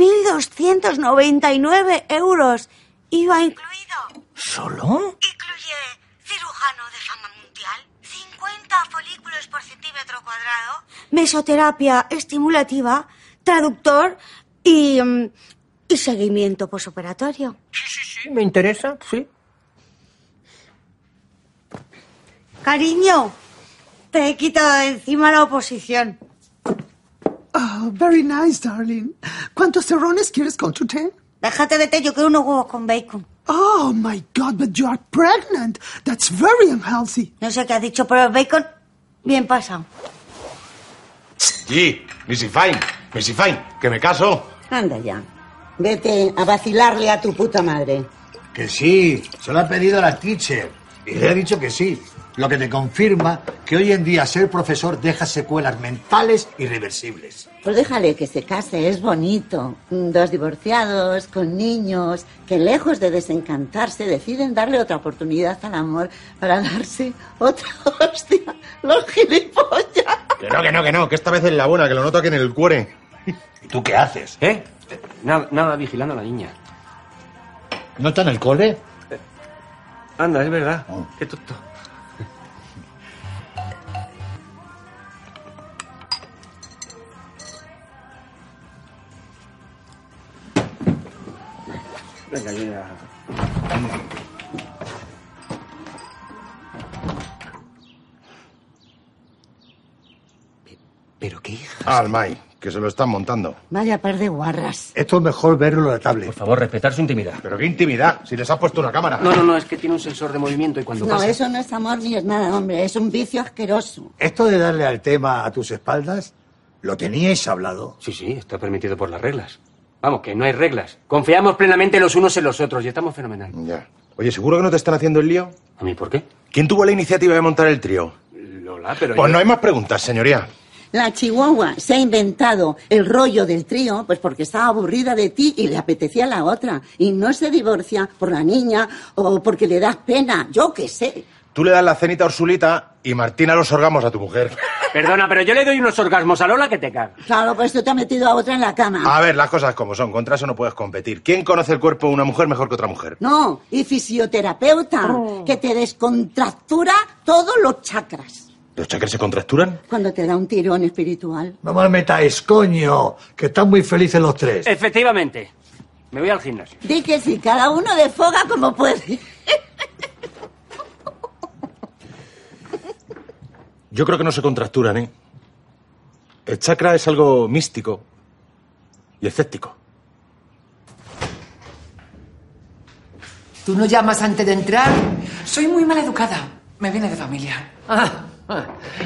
1.299 euros. Iba incluido. ¿Solo? Incluye cirujano de fama mundial, 50 folículos por centímetro cuadrado, Mesoterapia estimulativa, traductor y, mm, y seguimiento posoperatorio. Sí, me interesa, sí. Cariño, te he quitado de encima la oposición. Oh, very nice, darling. ¿Cuántos terrones quieres con tu té? Déjate de té, yo quiero unos huevos con bacon. Oh, my God, but you are pregnant. That's very unhealthy. No sé qué has dicho, pero el bacon bien pasado. Sí, Missy Fine, Missy Fine, que me caso. Anda ya. Vete a vacilarle a tu puta madre. Que sí, se lo ha pedido la teacher. Y le ha dicho que sí. Lo que te confirma que hoy en día ser profesor deja secuelas mentales irreversibles. Pues déjale que se case, es bonito. Mm, Dos divorciados, con niños, que lejos de desencantarse deciden darle otra oportunidad al amor para darse otra hostia. Los gilipollas. Que no, que no, que no, que esta vez es la buena, que lo noto aquí en el cuore. ¿Y tú qué haces? ¿Eh? Nada, nada, vigilando a la niña. ¿No está en el cole? Oh. Anda, es verdad. Qué tonto. Venga, yo ya- ¿Pero qué hijas? Almay, que se lo están montando. Vaya par de guarras. Esto es mejor verlo en la tablet. Por favor, respetar su intimidad. ¿Pero qué intimidad? Si les has puesto una cámara. No, no, no, es que tiene un sensor de movimiento y cuando No, pasa... eso no es amor ni es nada, hombre. Es un vicio asqueroso. Esto de darle al tema a tus espaldas, lo teníais hablado. Sí, sí, está permitido por las reglas. Vamos, que no hay reglas. Confiamos plenamente los unos en los otros y estamos fenomenal. Ya. Oye, ¿seguro que no te están haciendo el lío? ¿A mí por qué? ¿Quién tuvo la iniciativa de montar el trío? Lola, pero... Pues yo- no hay más preguntas, señoría. La chihuahua se ha inventado el rollo del trío, pues porque estaba aburrida de ti y le apetecía la otra. Y no se divorcia por la niña o porque le das pena, yo qué sé. Tú le das la cenita a Ursulita y Martina los orgamos a tu mujer. Perdona, pero yo le doy unos orgasmos a Lola que te cagas. Claro, pues tú te has metido a otra en la cama. A ver, las cosas como son. Contra eso no puedes competir. ¿Quién conoce el cuerpo de una mujer mejor que otra mujer? No, y fisioterapeuta, que te descontractura todos los chakras ¿Los chakras se contracturan? cuando te da un tirón espiritual. No me metáis, coño, que están muy felices los tres. Efectivamente. Eh, Me voy al gimnasio. Di que si cada uno desfoga como puede. Yo creo que no se contracturan, ¿eh? El chakra es algo místico y escéptico. ¿Tú no llamas antes de entrar? Soy muy mal educada. Me viene de familia. Ah.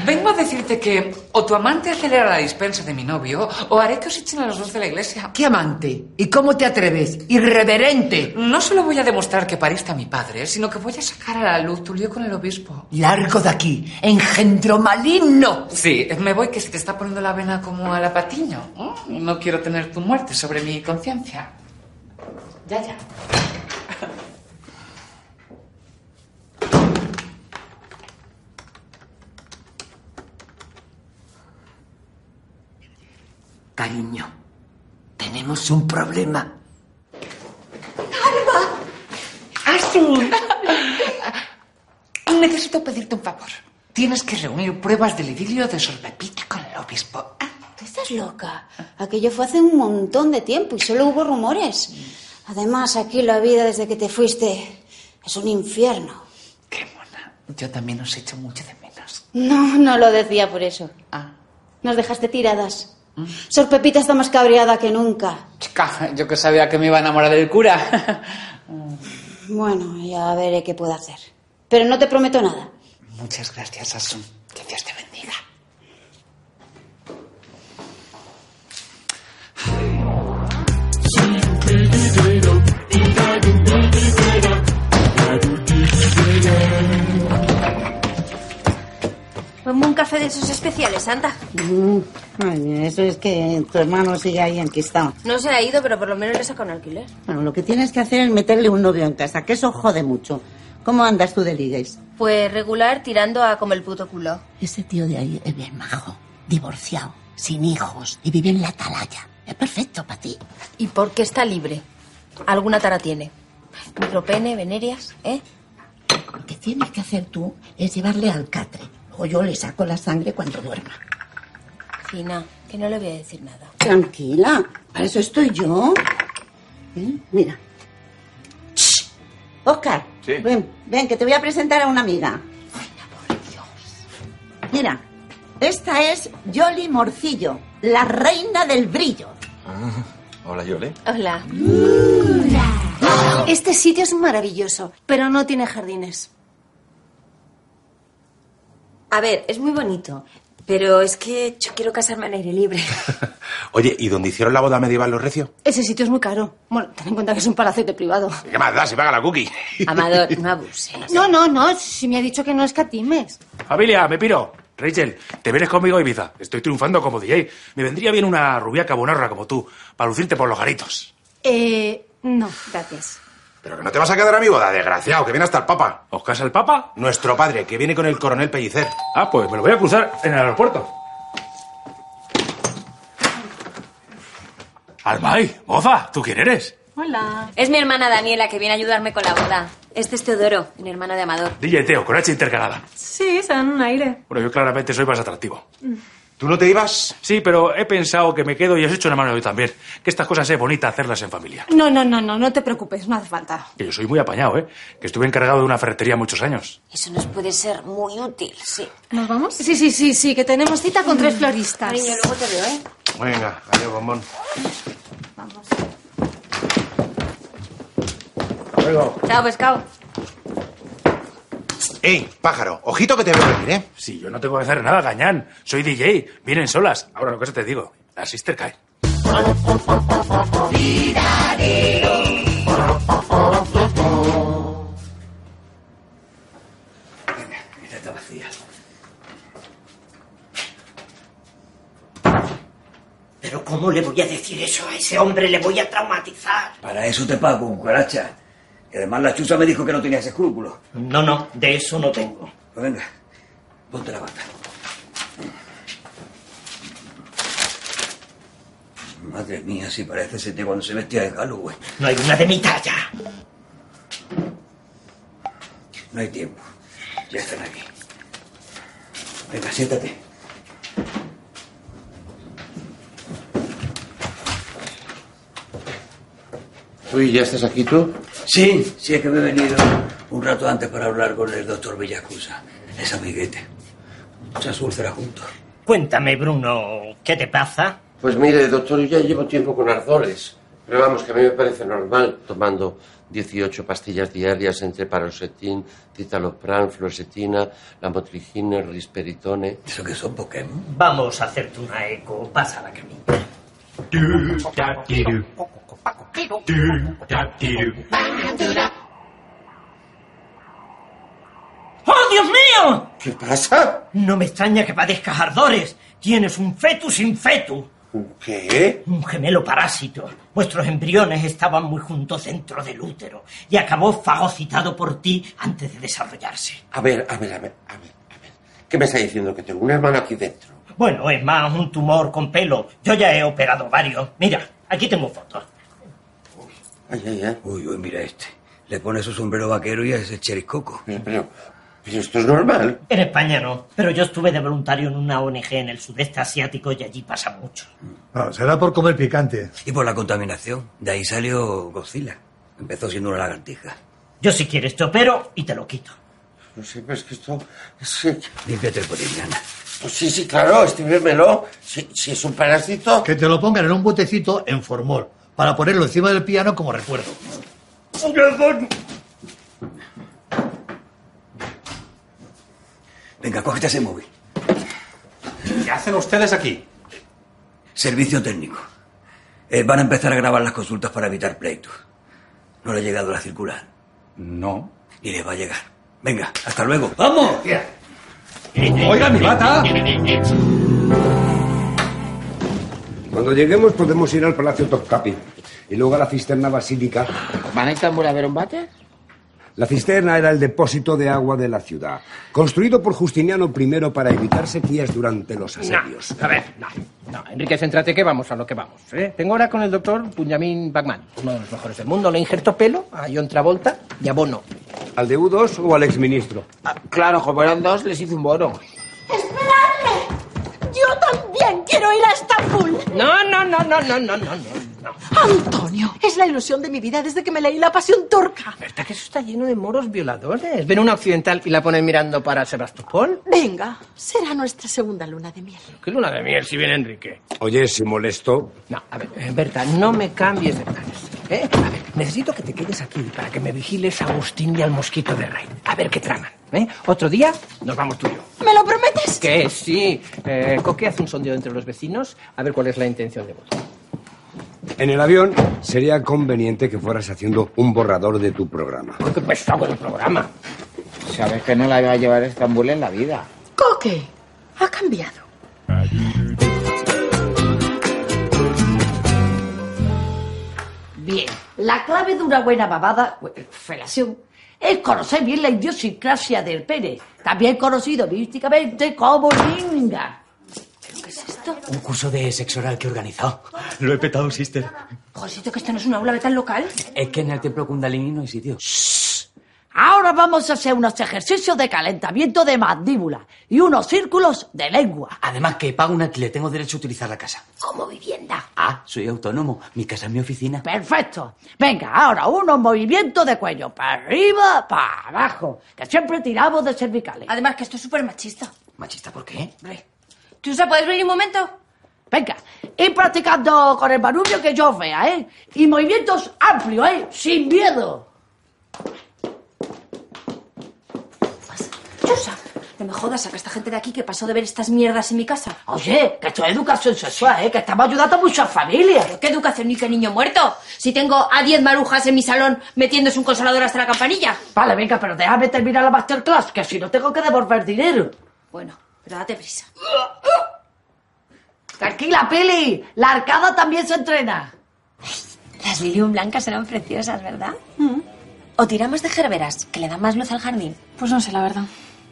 Vengo a decirte que o tu amante acelera la dispensa de mi novio o haré que os echen a los dos de la iglesia. ¿Qué amante? ¿Y cómo te atreves? ¡Irreverente! No solo voy a demostrar que pariste a mi padre, sino que voy a sacar a la luz tu lío con el obispo. Largo de aquí, engendro maligno. Sí, me voy que se te está poniendo la vena como a la patiño. ¿eh? No quiero tener tu muerte sobre mi conciencia. Ya, ya. Cariño, tenemos un problema. ¡Asun! Necesito pedirte un favor. Tienes que reunir pruebas del idilio de Sor Pepita con el obispo. Ah, ¿Tú estás loca? Aquello fue hace un montón de tiempo y solo hubo rumores. Además, aquí la vida desde que te fuiste es un infierno. Yo también os echo mucho de menos. No, no lo decía por eso. Nos dejaste tiradas. Sor Pepita está más cabreada que nunca. Chica, yo que sabía que me iba a enamorar del cura. Bueno, ya veré qué puedo hacer. Pero no te prometo nada. Muchas gracias, Asun. Que Dios te bendiga. Ponme un café de esos especiales, anda. Mm, ay, eso es que tu hermano sigue ahí enquistado. No se ha ido, pero por lo menos le saca un alquiler. Bueno, lo que tienes que hacer es meterle un novio en casa, que eso jode mucho. ¿Cómo andas tú de ligues? Pues regular tirando a como el puto culo. Ese tío de ahí es bien majo, divorciado, sin hijos y vive en la atalaya. Es perfecto para ti. ¿Y por qué está libre? Alguna tara tiene. Micropene, venerias, ¿eh? Lo que tienes que hacer tú es llevarle al catre. O yo le saco la sangre cuando duerma. Fina, que no le voy a decir nada. Tranquila, para eso estoy yo. ¿Eh? Mira. Shh. Oscar, Sí. ven, ven, que te voy a presentar a una amiga. Mira, esta es Yoli Morcillo, la reina del brillo. Ah, Hola, Yole. Hola. Uh. Este sitio es maravilloso, pero no tiene jardines. A ver, es muy bonito, pero es que yo quiero casarme al aire libre. Oye, ¿y dónde hicieron la boda medieval los recios? Ese sitio es muy caro. Bueno, ten en cuenta que es un palacete privado. ¿Qué más da si paga la cookie? Amador, no abuses. No, no, no, si me ha dicho que no escatimes. Familia, me piro. Rachel, te vienes conmigo a Ibiza. Estoy triunfando como DJ. Me vendría bien una rubia cabonarra como tú, para lucirte por los garitos. Eh, no, gracias. Pero que no te vas a quedar a mi boda, desgraciado, que viene hasta el Papa. ¿Os casa el Papa? Nuestro padre, que viene con el coronel Pellicer. Ah, pues me lo voy a cruzar en el aeropuerto. Almay, moza, ¿tú quién eres? Hola. Es mi hermana Daniela que viene a ayudarme con la boda. Este es Teodoro, mi hermano de Amador. DJ Teo, con H intercalada. Sí, se dan un aire. Bueno, yo claramente soy más atractivo. ¿Tú no te ibas? Sí, pero he pensado que me quedo y os hecho una mano yo también. Que estas cosas es bonita hacerlas en familia. No, no, no, no, no te preocupes, no hace falta. Que yo soy muy apañado, ¿eh? Que estuve encargado de una ferretería muchos años. Eso nos puede ser muy útil, sí. ¿Nos vamos? Sí, sí, sí, sí, que tenemos cita Mm. con tres floristas. Cariño, luego te veo, ¿eh? Venga, adiós, bombón. Chao, pescado. ¡Ey, pájaro! Ojito que te veo venir, ¿eh? Sí, yo no tengo que hacer nada, gañán. Soy DJ, vienen solas. Ahora lo que se te digo, la sister cae. Pero ¿cómo le voy a decir eso a ese hombre? Le voy a traumatizar. Para eso te pago, cucaracha. Y además la chusa me dijo que no tenías escrúpulos. No, no, de eso no tengo. Pues venga, ponte la bata. Madre mía, si parece ese tío cuando se vestía de Galloway. No hay una de mi talla. No hay tiempo. Ya están aquí. Venga, siéntate. Uy, ¿ya estás aquí tú? Sí, sí es que me he venido un rato antes para hablar con el doctor Villacusa. Es amiguete. Muchas úlceras juntos. Cuéntame, Bruno, ¿qué te pasa? Pues mire, doctor, yo ya llevo tiempo con ardores. Pero vamos, que a mí me parece normal tomando 18 pastillas diarias entre paroxetín, citalopram, fluoxetina, lamotrigina, risperitone. ¿Eso que son Pokémon? Vamos a hacerte una eco. Pasa la camilla. ¡Oh, Dios mío! ¿Qué pasa? No me extraña que padezcas ardores. Tienes un fetus sin fetus. ¿Qué? Un gemelo parásito. Vuestros embriones estaban muy juntos dentro del útero y acabó fagocitado por ti antes de desarrollarse. A ver, a ver, a ver, a ver, a ver. ¿Qué me está diciendo? Que tengo una hermana aquí dentro. Bueno, es más, un tumor con pelo. Yo ya he operado varios. Mira, aquí tengo fotos. Ay, ay, ay. Uy, uy, mira este. Le pone su sombrero vaquero y es el Coco. Pero, pero, Pero esto es normal. En España no, pero yo estuve de voluntario en una ONG en el sudeste asiático y allí pasa mucho. Ah, será por comer picante. Y por la contaminación. De ahí salió Godzilla. Empezó siendo una lagartija. Yo si quieres te opero y te lo quito. No sé, pero es que esto... es que- Límpiate el potirriana. Pues sí, sí, claro, estímemelo. Si, si es un parásito... Que te lo pongan en un botecito en formol para ponerlo encima del piano como recuerdo. Venga, cógete ese móvil. ¿Qué hacen ustedes aquí? Servicio técnico. Eh, van a empezar a grabar las consultas para evitar pleitos. ¿No le ha llegado la circular? No. Y les va a llegar. Venga, hasta luego. ¡Vamos! ¡Oiga, mi bata! Cuando lleguemos podemos ir al Palacio Topkapi y luego a la cisterna basílica. ¿Van a Istambul a ver un bate? La cisterna era el depósito de agua de la ciudad, construido por Justiniano I para evitar sequías durante los asedios. a ver, No, Enrique, céntrate que vamos a lo que vamos. ¿eh? Tengo ahora con el doctor Benjamin Bachmann, uno de los mejores del mundo. Le injertó pelo a John Travolta y a Bono. ¿Al de U2 o al exministro? Ah, claro, como eran dos, les hice un bono. Yo también quiero ir a Estambul. No, no, no, no, no, no, no, no. Antonio, es la ilusión de mi vida desde que me leí La Pasión Turca. ¿Verdad que eso está lleno de moros violadores? Ven una occidental y la ponen mirando para Sebastopol. Venga, será nuestra segunda luna de miel. ¿Qué luna de miel si viene Enrique? Oye, si molesto. No, a ver, eh, Berta, no me cambies de planes. ¿eh? A ver, necesito que te quedes aquí para que me vigiles a Agustín y al mosquito de Rey. A ver qué traman. ¿eh? Otro día nos vamos tú y yo. ¿Me lo prometes? Que sí. Eh, Coque hace un sondeo entre los vecinos a ver cuál es la intención de voto. En el avión sería conveniente que fueras haciendo un borrador de tu programa. ¿Qué pesado el programa? Sabes que no la iba a llevar a Estambul en la vida. Coque, ha cambiado. Bien, la clave de una buena mamada, eh, felación, es conocer bien la idiosincrasia del pene, también conocido místicamente como linga. ¿Qué es esto? Un curso de sexo oral que he organizado. Lo he petado, sister. Josito, que esto no es una aula de tal local. Es que en el templo Kundalini no hay sitio. Ahora vamos a hacer unos ejercicios de calentamiento de mandíbula y unos círculos de lengua. Además que pago un alquiler, tengo derecho a utilizar la casa. Como vivienda. Ah, soy autónomo. Mi casa es mi oficina. Perfecto. Venga, ahora unos movimientos de cuello para arriba, para abajo, que siempre tiramos de cervicales. Además que esto es súper machista. ¿Machista por qué? ¿Tú, Usa, puedes venir un momento? Venga, ir practicando con el barullo que yo os vea, ¿eh? Y movimientos amplios, ¿eh? Sin miedo. Chusa, no me jodas, saca esta gente de aquí que pasó de ver estas mierdas en mi casa. Oye, que esto es educación sexual, ¿eh? Que estamos ayudando a muchas familias. ¿Pero qué educación ni qué niño muerto? Si tengo a 10 marujas en mi salón metiéndose un consolador hasta la campanilla. Vale, venga, pero déjame terminar la masterclass, que si no tengo que devolver dinero. Bueno, pero date prisa. Tranquila, Pili. La arcada también se entrena. Las lilium blancas eran preciosas, ¿verdad? ¿O tiramos de gerberas, que le dan más luz al jardín? Pues no sé, la verdad.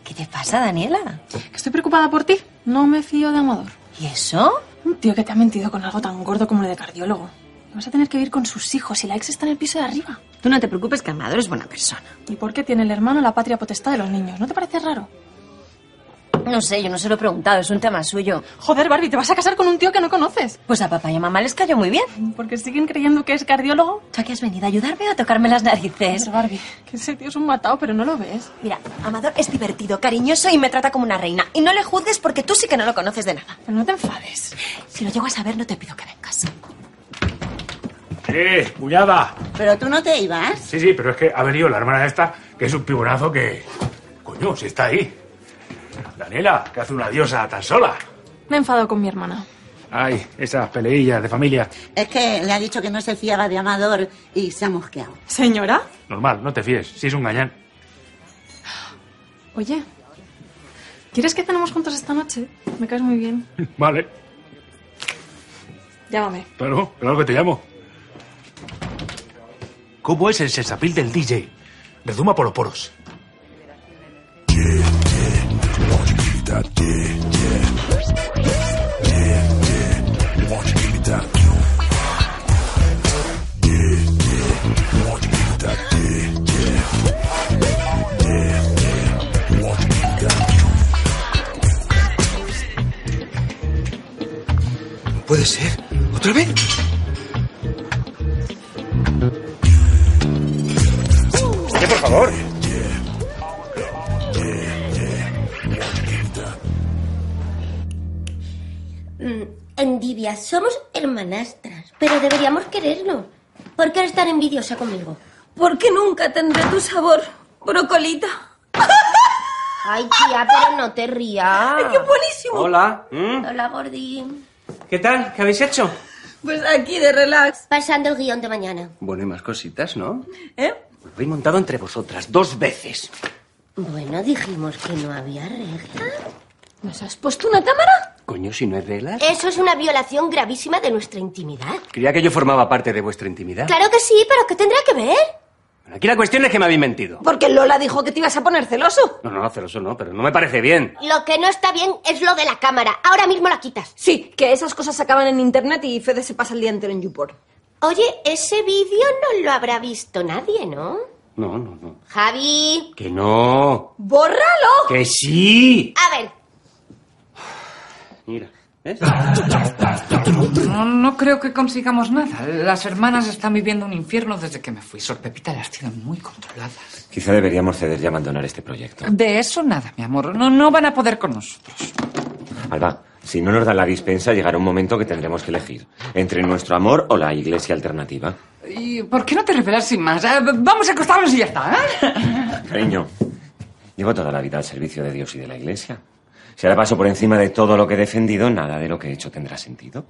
¿Qué te pasa, Daniela? Estoy preocupada por ti. No me fío de Amador. ¿Y eso? Un tío que te ha mentido con algo tan gordo como lo de cardiólogo. Vas a tener que vivir con sus hijos y la ex está en el piso de arriba. Tú no te preocupes que Amador es buena persona. ¿Y por qué tiene el hermano la patria potestad de los niños? ¿No te parece raro? No sé, yo no se lo he preguntado, es un tema suyo. Joder, Barbie, te vas a casar con un tío que no conoces. Pues a papá y a mamá les cayó muy bien. Porque siguen creyendo que es cardiólogo. ¿Tú a qué has venido a ayudarme o a tocarme las narices? Joder, Barbie, que ese tío es un matado, pero no lo ves. Mira, Amador es divertido, cariñoso y me trata como una reina. Y no le juzgues porque tú sí que no lo conoces de nada. Pero no te enfades. Si lo llego a saber, no te pido que vengas. ¡Eh, cuñada! Pero tú no te ibas. Sí, sí, pero es que ha venido la hermana esta, que es un pibonazo que... Coño, si está ahí. Daniela, que hace una diosa tan sola. Me he enfadado con mi hermana. Ay, esas peleillas de familia. Es que le ha dicho que no se fiaba de Amador y se ha mosqueado. Señora. Normal, no te fíes, si es un gañán. Oye, ¿quieres que tenemos juntos esta noche? Me caes muy bien. Vale, Llámame. claro, claro que te llamo. ¿Cómo es el sensapil del DJ? Reduma por los poros. Yeah, yeah, puede ser. ¿Otra vez? Oye, por favor. Mm, Envidia, somos hermanastras, pero deberíamos querernos. ¿Por qué eres tan envidiosa conmigo? Porque nunca tendré tu sabor, brocolita. Ay, tía, pero no te rías. ¡Es que es buenísimo! Hola. ¿Mm? Hola, gordín. ¿Qué tal? ¿Qué habéis hecho? Pues aquí de relax. Pasando el guión de mañana. Bueno, y más cositas, ¿no? ¿Eh? Os habéis montado entre vosotras dos veces. Bueno, dijimos que no había reglas. ¿Nos has puesto una cámara? Coño, si no hay reglas. Eso es una violación gravísima de nuestra intimidad. Creía que yo formaba parte de vuestra intimidad. Claro que sí, pero ¿qué tendrá que ver? Bueno, aquí la cuestión es que me habéis mentido. Porque Lola dijo que te ibas a poner celoso. No, no, celoso no, pero no me parece bien. Lo que no está bien es lo de la cámara. Ahora mismo la quitas. Sí, que esas cosas acaban en internet y Fede se pasa el día entero en YouPorn. Oye, ese vídeo no lo habrá visto nadie, ¿no? No, no, no. Javi. Que no. ¡Bórralo! Que sí. A ver, Mira, ¿ves? No, no creo que consigamos nada. Las hermanas están viviendo un infierno desde que me fui. Sor Pepita las tiene muy controladas. Quizá deberíamos ceder y abandonar este proyecto. De eso nada, mi amor. No, no van a poder con nosotros. Alba, si no nos dan la dispensa, llegará un momento que tendremos que elegir entre nuestro amor o la iglesia alternativa. ¿Y por qué no te revelas sin más? Eh, Vamos a acostarnos y ya está, ¿eh? Cariño, llevo toda la vida al servicio de Dios y de la iglesia. Si ahora paso por encima de todo lo que he defendido, nada de lo que he hecho tendrá sentido.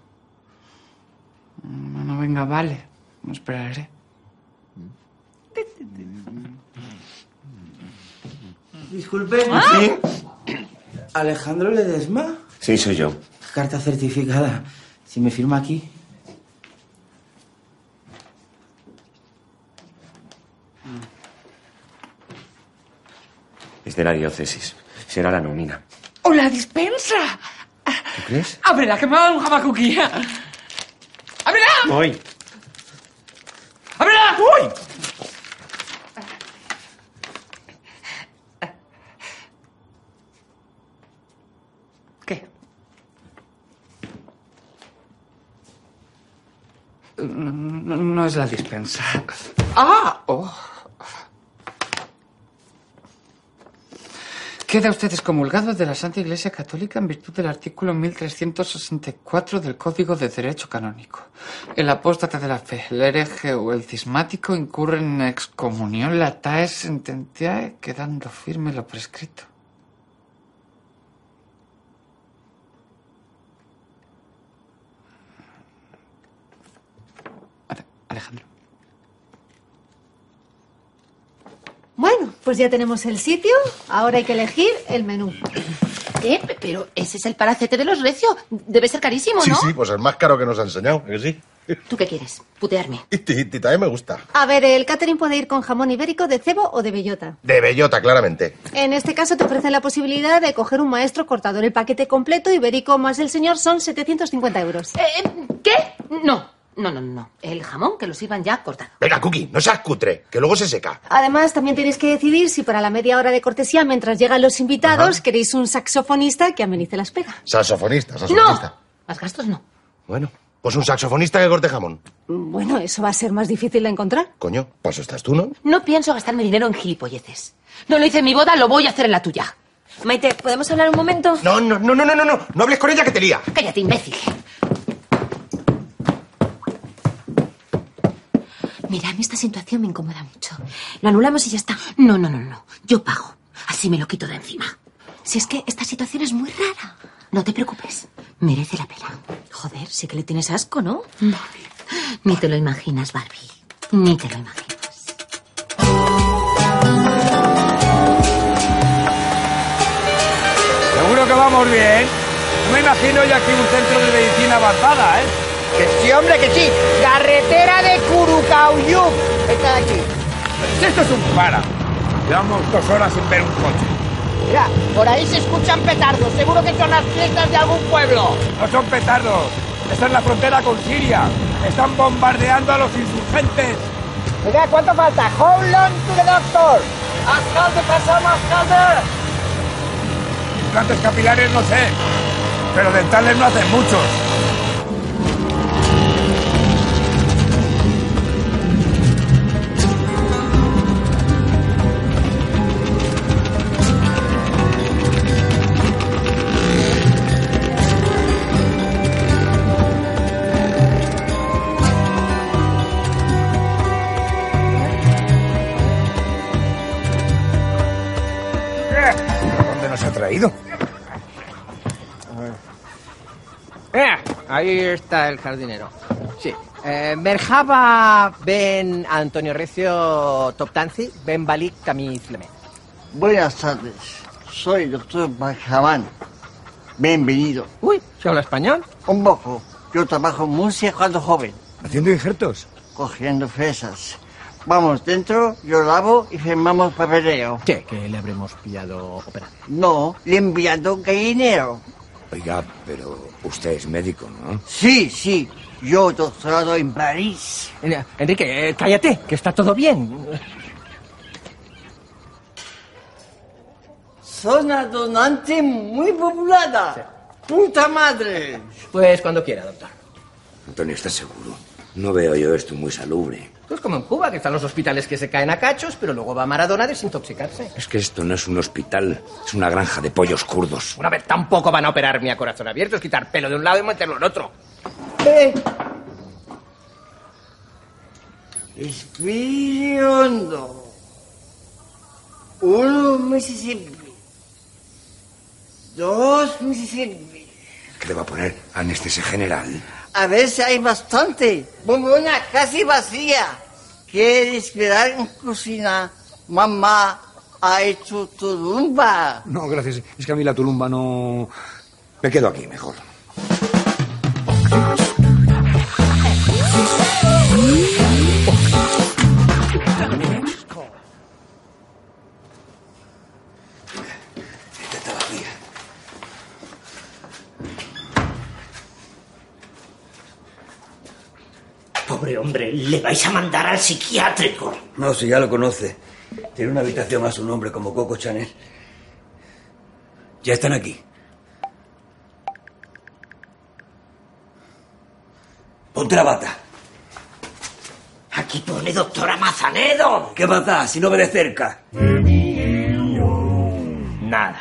Mm, Bueno, venga, vale. Me esperaré. Disculpe. Ah. Alejandro Ledesma. Sí, soy yo. Carta certificada. Si me firma aquí. Es de la diócesis. Será la nómina. ¡O la dispensa! ¿Tú crees? ¡Ábrela, que me va a dar un jamacuquí! ¡Ábrela! Voy. ¡Ábrela! ¡Uy! ¿Qué? No, Mm, no- no es la dispensa. ¡Ah! Oh. Queda usted excomulgado de la Santa Iglesia Católica en virtud del artículo 1364 del Código de Derecho Canónico. El apóstata de la fe, el hereje o el cismático incurren en excomunión latae sententiae, quedando firme lo prescrito. Ale- Alejandro. Bueno, pues ya tenemos el sitio. Ahora hay que elegir el menú. ¿Qué? Eh, Pero ese es el palacete de los recios. Debe ser carísimo, Sí, ¿no? sí, pues el más caro que nos ha enseñado, ¿a que sí. ¿Tú qué quieres? Putearme. Y ti- ti también me gusta. A ver, el catering puede ir con jamón ibérico de cebo o de bellota. De bellota, claramente. En este caso te ofrecen la posibilidad de coger un maestro cortador. El paquete completo ibérico más el señor son 750 euros. ¿Qué? No. No, no, no. El jamón que lo sirvan ya cortado. Venga, Cookie, no seas cutre, que luego se seca. Además, también tenéis que decidir si para la media hora de cortesía, mientras llegan los invitados, queréis un saxofonista que amenice la espera. Saxofonista, saxofonista. Más gastos no. Bueno, pues un saxofonista que corte jamón. Bueno, eso va a ser más difícil de encontrar. Coño, para eso estás tú, ¿no? No pienso gastarme dinero en gilipolleces. No lo hice en mi boda, lo voy a hacer en la tuya. Maite, ¿podemos hablar un momento? No, no, no, no, no, no, no. No hables con ella que te lía. Cállate, imbécil. Mira, a mí esta situación me incomoda mucho. Lo anulamos y ya está. No, no, no, no. Yo pago. Así me lo quito de encima. Si es que esta situación es muy rara. No te preocupes. Merece la pena. Joder, sí que le tienes asco, ¿no? Ni te lo imaginas, Barbie. Ni te lo imaginas. Seguro que vamos bien. No me imagino ya aquí un centro de medicina avanzada, ¿eh? Que sí, hombre, que sí. Carretera de Curucauyup. Está aquí. Esto es un para. Llevamos dos horas sin ver un coche. Mira, por ahí se escuchan petardos. Seguro que son las fiestas de algún pueblo. No son petardos. Esta es la frontera con Siria. Están bombardeando a los insurgentes. Oiga, ¿cuánto falta? How long to the doctor? Alcalde, pasamos, alcalde. Implantes capilares no sé, pero dentales no hacen muchos. Eh, dónde nos ha traído? Eh, ahí está el jardinero. Sí. Eh, Merjaba Ben Antonio Recio Toptanzi, Ben Balik Camille Flemé. Buenas tardes, soy el doctor Benjamín. Bienvenido. Uy, ¿se habla español? Un poco. Yo trabajo en Murcia cuando joven. ¿Haciendo injertos? Cogiendo fresas. Vamos dentro, yo lavo y firmamos papeleo. ¿Qué? Que le habremos pillado operación. No, le enviando un gallinero. Oiga, pero usted es médico, ¿no? Sí, sí, yo doctorado en París. Eh, Enrique, eh, cállate, que está todo bien. Zona donante muy poblada. ¡Puta madre! Pues cuando quiera, doctor. Antonio, ¿estás seguro? No veo yo esto muy salubre. Pues como en Cuba, que están los hospitales que se caen a cachos, pero luego va Maradona a desintoxicarse. Es que esto no es un hospital, es una granja de pollos kurdos. Una vez tampoco van a operarme a corazón abierto, es quitar pelo de un lado y meterlo en otro. Eh, Espiriondo. Uno Mississippi. Dos Mississippi. ¿Qué le va a poner anestesia general? A veces hay bastante. Bombona casi vacía. Quiere esperar en cocina. Mamá ha hecho turumba. No, gracias. Es que a mí la tulumba no... Me quedo aquí, mejor. Pobre hombre, le vais a mandar al psiquiátrico. No, si ya lo conoce. Tiene una habitación a su nombre como Coco Chanel. Ya están aquí. Ponte la bata. Aquí pone doctora Mazanedo. ¿Qué bata? Si no ve de cerca. Nada.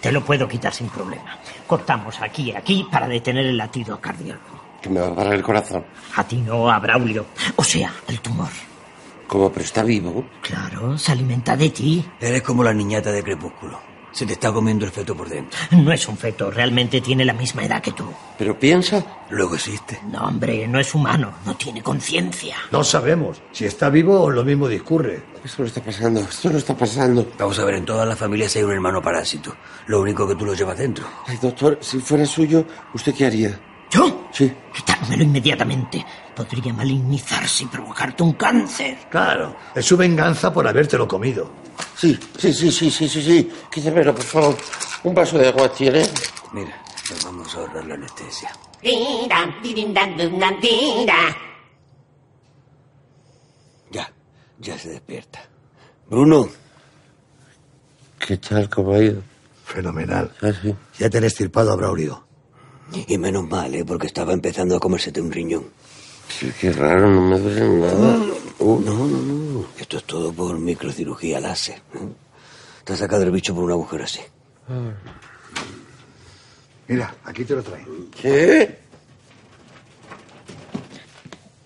Te lo puedo quitar sin problema. Cortamos aquí y aquí para detener el latido cardíaco. Que me va a parar el corazón. A ti no, a Braulio. O sea, al tumor. ¿Cómo? Pero está vivo. Claro, se alimenta de ti. Eres como la niñata de Crepúsculo. Se te está comiendo el feto por dentro. No es un feto, realmente tiene la misma edad que tú. ¿Pero piensa? Luego existe. No, hombre, no es humano, no tiene conciencia. No sabemos. Si está vivo, lo mismo discurre. Esto no está pasando, esto no está pasando. Vamos a ver, en todas las familias hay un hermano parásito. Lo único que tú lo llevas dentro. Ay, doctor, si fuera suyo, ¿usted qué haría? ¿Yo? Sí. Quitármelo inmediatamente. Podría malignizarse y provocarte un cáncer. Claro, es su venganza por habértelo comido. Sí, sí, sí, sí, sí, sí, sí. Quítemelo, por favor. Un vaso de agua tiene. Mira, nos vamos a ahorrar la anestesia. Tira, tirindan, dundan, tira. Ya, ya se despierta. Bruno. ¿Qué tal, cómo ha ido? Fenomenal. Ah, sí. Ya te han estirpado a Braulio. Y menos mal, ¿eh? Porque estaba empezando a comérsete un riñón. Sí, qué raro, no me duele nada. Uh, no, no, no. Esto es todo por microcirugía láser. ¿eh? Te ha sacado el bicho por un agujero así. Mm. Mira, aquí te lo traen. ¿Qué?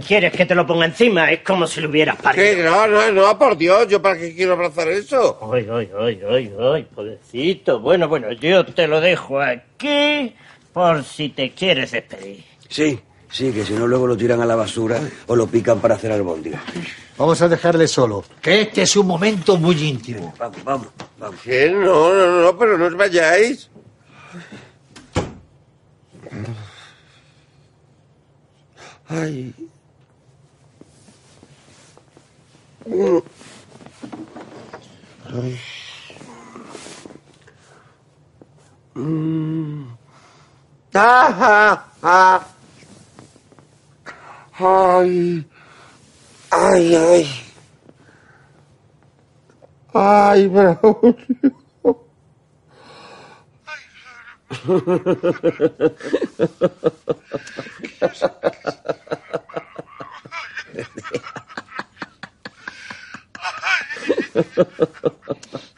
¿Quieres que te lo ponga encima? Es como si lo hubieras parido. ¿Qué? No, no, no, por Dios, ¿yo para qué quiero abrazar eso? Ay, ay, ay, ay, ay, pobrecito. Bueno, bueno, yo te lo dejo aquí por si te quieres despedir. Sí, sí, que si no luego lo tiran a la basura o lo pican para hacer albóndiga. Vamos a dejarle solo, que este es un momento muy íntimo. Vamos, vamos, vamos. ¿Qué? No, no, no, pero no os vayáis. Ay. Ay. Mm. Ah, ah, ah. Ay, ay, ay. Ay, Braulio.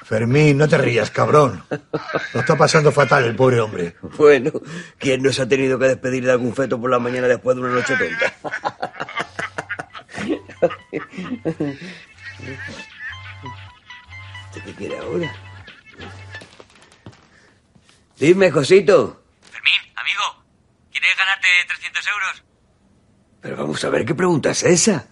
Fermín, no te rías, cabrón. Lo está pasando fatal el pobre hombre. Bueno, ¿quién no se ha tenido que despedir de algún feto por la mañana después de una noche tonta? ¿Usted ¿Qué quiere ahora? Dime, cosito. ¿Quieres ganarte 300 euros? Pero vamos a ver qué pregunta es esa.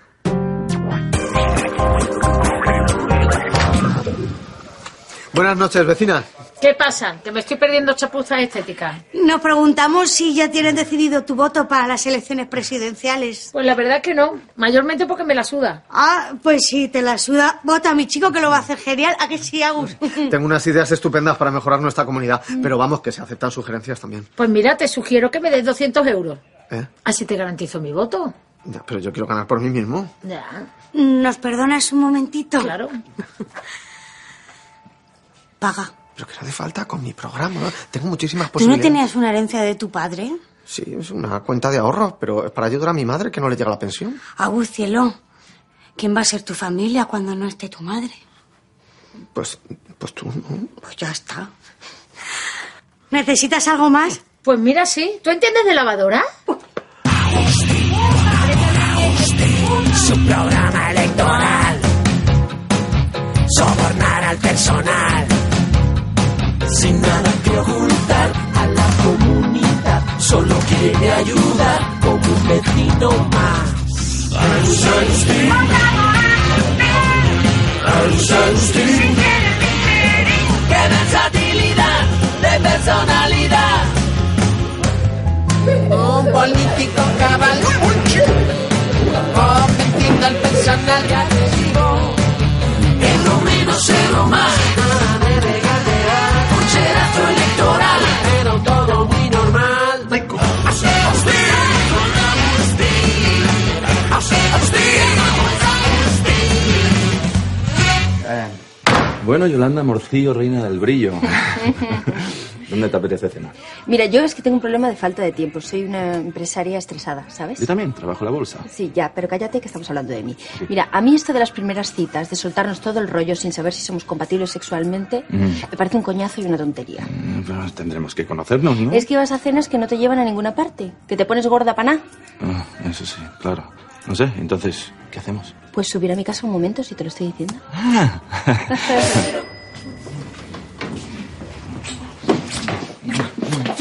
Buenas noches, vecina. ¿Qué pasa? Que me estoy perdiendo chapuzas estéticas. Nos preguntamos si ya tienes decidido tu voto para las elecciones presidenciales. Pues la verdad es que no, mayormente porque me la suda. Ah, pues si te la suda, vota a mi chico que lo va a hacer genial. ¿A que sí, Agus? Tengo unas ideas estupendas para mejorar nuestra comunidad, pero vamos, que se aceptan sugerencias también. Pues mira, te sugiero que me des 200 euros. ¿Eh? Así te garantizo mi voto. Ya, pero yo quiero ganar por mí mismo. Ya. ¿Nos perdonas un momentito? Claro. Paga. Pero que no hace falta con mi programa. ¿no? Tengo muchísimas ¿Tú no posibilidades. tenías una herencia de tu padre? Sí, es una cuenta de ahorros, pero es para ayudar a mi madre que no le llega la pensión. Agus, cielo, ¿quién va a ser tu familia cuando no esté tu madre? Pues, pues tú, ¿no? Pues ya está. ¿Necesitas algo más? Pues mira, sí. ¿Tú entiendes de lavadora? Su programa electoral. Sobornar al personal. Sin nada que ocultar a la comunidad. Solo quiere ayudar como un vecino más. Agus Agustín. Agus Agustín. ¡Qué versatilidad de personalidad! Un político cabal. Convirtiendo al personal y agresivo. En lo menos se lo más. Un serazo electoral. Pero todo muy normal. Bueno, Yolanda Morcillo, reina del brillo. ¿Dónde te apetece cenar? Mira, yo es que tengo un problema de falta de tiempo. Soy una empresaria estresada, ¿sabes? Yo también trabajo en la bolsa. Sí, ya, pero cállate que estamos hablando de mí. Mira, a mí esto de las primeras citas, de soltarnos todo el rollo sin saber si somos compatibles sexualmente, Mm. me parece un coñazo y una tontería. Eh, pero tendremos que conocernos, ¿no? Es que vas a cenas que no te llevan a ninguna parte, que te pones gorda para nada. Ah, eso sí, claro. No sé, entonces, ¿qué hacemos? Pues subir a mi casa un momento si te lo estoy diciendo.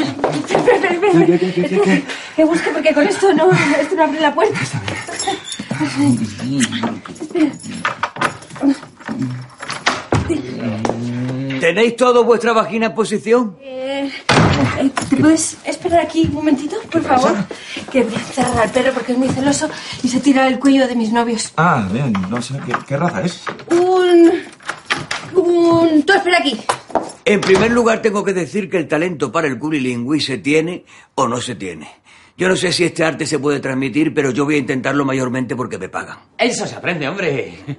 ¿Qué, qué, qué, qué, qué? Que busque porque con esto no, esto no abre la puerta. ¿Tenéis toda vuestra vagina en posición? Eh, eh, ¿Te puedes esperar aquí un momentito, por favor? Que voy a encerrar al perro porque es muy celoso y se tira el cuello de mis novios. Ah, bien, no sé, ¿qué, qué raza es? Un... un... Tú espera aquí. En primer lugar, tengo que decir que el talento para el curilingüí se tiene o no se tiene. Yo no sé si este arte se puede transmitir, pero yo voy a intentarlo mayormente porque me pagan. Eso se aprende, hombre.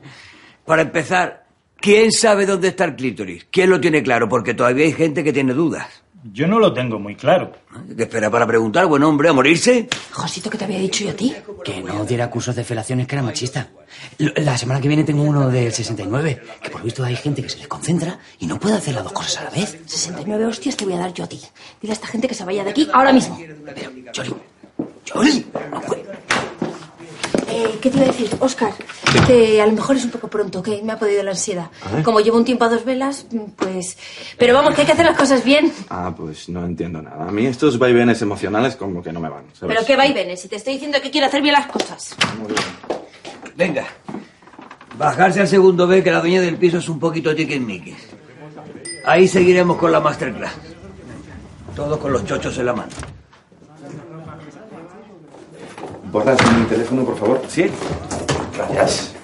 Para empezar, ¿quién sabe dónde está el clítoris? ¿Quién lo tiene claro? Porque todavía hay gente que tiene dudas. Yo no lo tengo muy claro. ¿Qué espera para preguntar, buen hombre, a morirse? Josito, que te había dicho yo a ti? Que No diera cursos de felaciones que era machista. Lo- La semana que viene tengo uno del 69, que por visto hay gente que se le concentra y no puede hacer las dos cosas a la vez. 69 hostias te voy a dar yo a ti. Dile a esta gente que se vaya de aquí ahora mismo. Eh, ¿Qué te iba a decir, Oscar? Que a lo mejor es un poco pronto, que me ha podido la ansiedad. ¿Eh? Como llevo un tiempo a dos velas, pues... Pero vamos, que hay que hacer las cosas bien. Ah, pues no entiendo nada. A mí estos vaivenes emocionales como que no me van, ¿sabes? Pero qué va y viene, si te estoy diciendo que quiero hacer bien las cosas. Venga, bajarse al segundo B, que la dueña del piso es un poquito tiquismiquis. Ahí seguiremos con la masterclass. Todos con los chochos en la mano. ¿Borras mi teléfono, por favor? Sí. Gracias.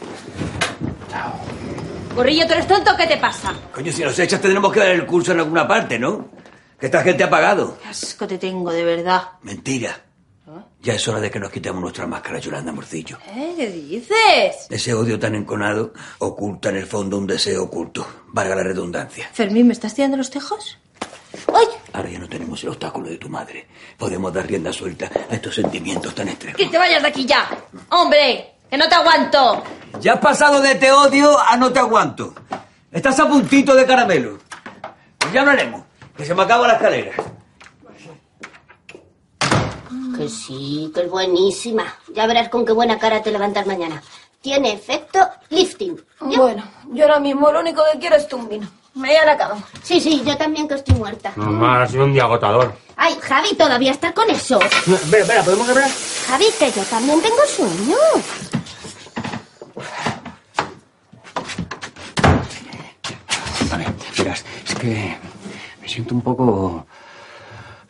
Gorrillo, ¿tú eres tonto o qué te pasa? Coño, si nos echas tendremos que dar el curso en alguna parte, ¿no? Que esta gente ha pagado. Qué asco te tengo, de verdad. Mentira. Ya es hora de que nos quitemos nuestra máscara, Yolanda Morcillo. ¿Eh? ¿Qué dices? Ese odio tan enconado oculta en el fondo un deseo oculto, valga la redundancia. Fermín, ¿me estás tirando los tejos? Ahora ya no tenemos el obstáculo de tu madre. Podemos dar rienda suelta a estos sentimientos tan extremos. ¡Que te vayas de aquí ya! ¡Hombre! ¡Que no te aguanto! Ya has pasado de te odio a no te aguanto. Estás a puntito de caramelo. Pues ya hablaremos, que se me acaba la escalera. Que sí, que es buenísima. Ya verás con qué buena cara te levantas mañana. Tiene efecto lifting. Bueno, yo ahora mismo lo único que quiero es tu vino. Me han acabado. Sí, sí, yo también que estoy muerta. Normal, ha sido un día agotador. Ay, Javi, todavía está con eso. Espera, espera, ¿podemos hablar? Javi, que yo también tengo sueño. Vale, verás, es que me siento un poco...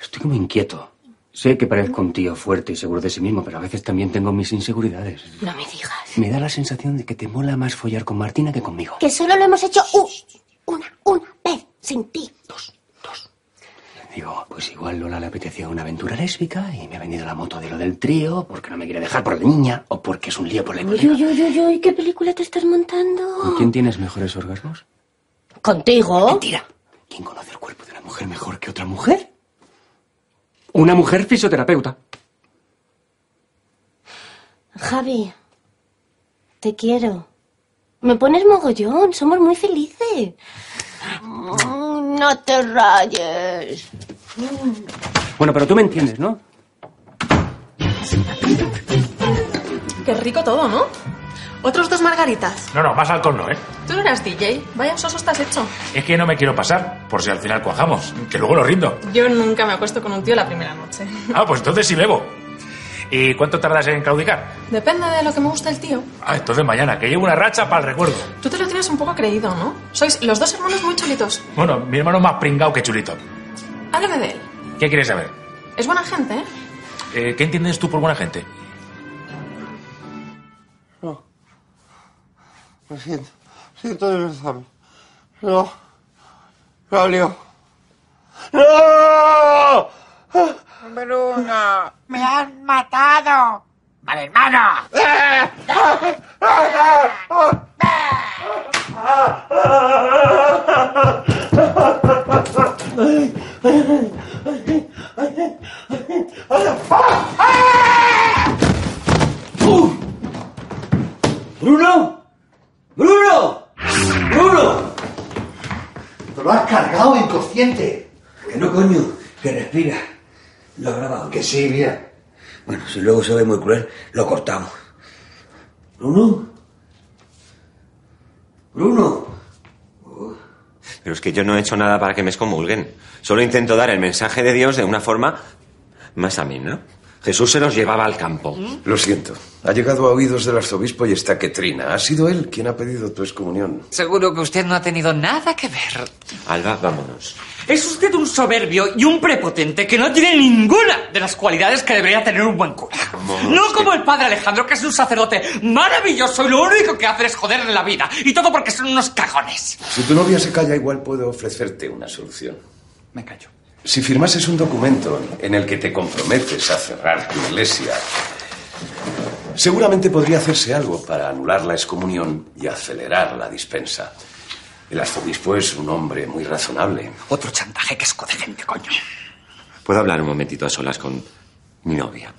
Estoy como inquieto. Sé que parezco un tío fuerte y seguro de sí mismo, pero a veces también tengo mis inseguridades. No me digas. Me da la sensación de que te mola más follar con Martina que conmigo. Que solo lo hemos hecho u- una, una vez, sin ti. Digo, pues igual Lola le apetecía una aventura lésbica y me ha vendido la moto de lo del trío porque no me quiere dejar por la niña o porque es un lío por la Uy, uy, uy, uy, uy, ¿qué película te estás montando? ¿Quién tienes mejores orgasmos? ¿Contigo? Mentira. ¿Una mujer mejor que otra mujer? Una mujer fisioterapeuta. Javi, te quiero. Me pones mogollón, somos muy felices. Mm, No te rayes. Bueno, pero tú me entiendes, ¿no? Qué rico todo, ¿no? Otros dos margaritas. No, no, más alcohol no, ¿eh? Tú no eras DJ. Vaya un soso estás hecho. Es que no me quiero pasar, por si al final cuajamos, que luego lo rindo. Yo nunca me acuesto con un tío la primera noche. Ah, pues entonces sí bebo. ¿Y cuánto tardas en claudicar? Depende de lo que me gusta el tío. Ah, entonces mañana, que llevo una racha para el recuerdo. Tú te lo tienes un poco creído, ¿no? Sois los dos hermanos muy chulitos. Bueno, mi hermano más pringao que chulito. Háblame de él. ¿Qué quieres saber? Es buena gente, ¿eh? Eh, ¿Qué entiendes tú por buena gente? Lo siento, lo siento de verdad. No, lo leo. ¡No! Bruno, me has matado. ¡Vale, hermano! ¡Bruno! ¡Bruno! ¡Bruno! Te lo has cargado inconsciente. Que no, coño, que respira. Lo ha grabado. Que sí, mira. Bueno, si luego se ve muy cruel, lo cortamos. ¿Bruno? ¿Bruno? Pero es que yo no he hecho nada para que me excomulguen. Solo intento dar el mensaje de Dios de una forma más amena. Jesús se los llevaba al campo. Lo siento. Ha llegado a oídos del arzobispo y está que trina. Ha sido él quien ha pedido tu excomunión. Seguro que usted no ha tenido nada que ver. Alba, vámonos. Es usted un soberbio y un prepotente que no tiene ninguna de las cualidades que debería tener un buen cura. No como el padre Alejandro, que es un sacerdote maravilloso y lo único que hace es joderle la vida. Y todo porque son unos cajones. Si tu novia se calla, igual puedo ofrecerte una solución. Me callo. Si firmases un documento en el que te comprometes a cerrar tu iglesia, seguramente podría hacerse algo para anular la excomunión y acelerar la dispensa. El arzobispo es un hombre muy razonable. Otro chantaje que esco de gente, coño. ¿Puedo hablar un momentito a solas con mi novia?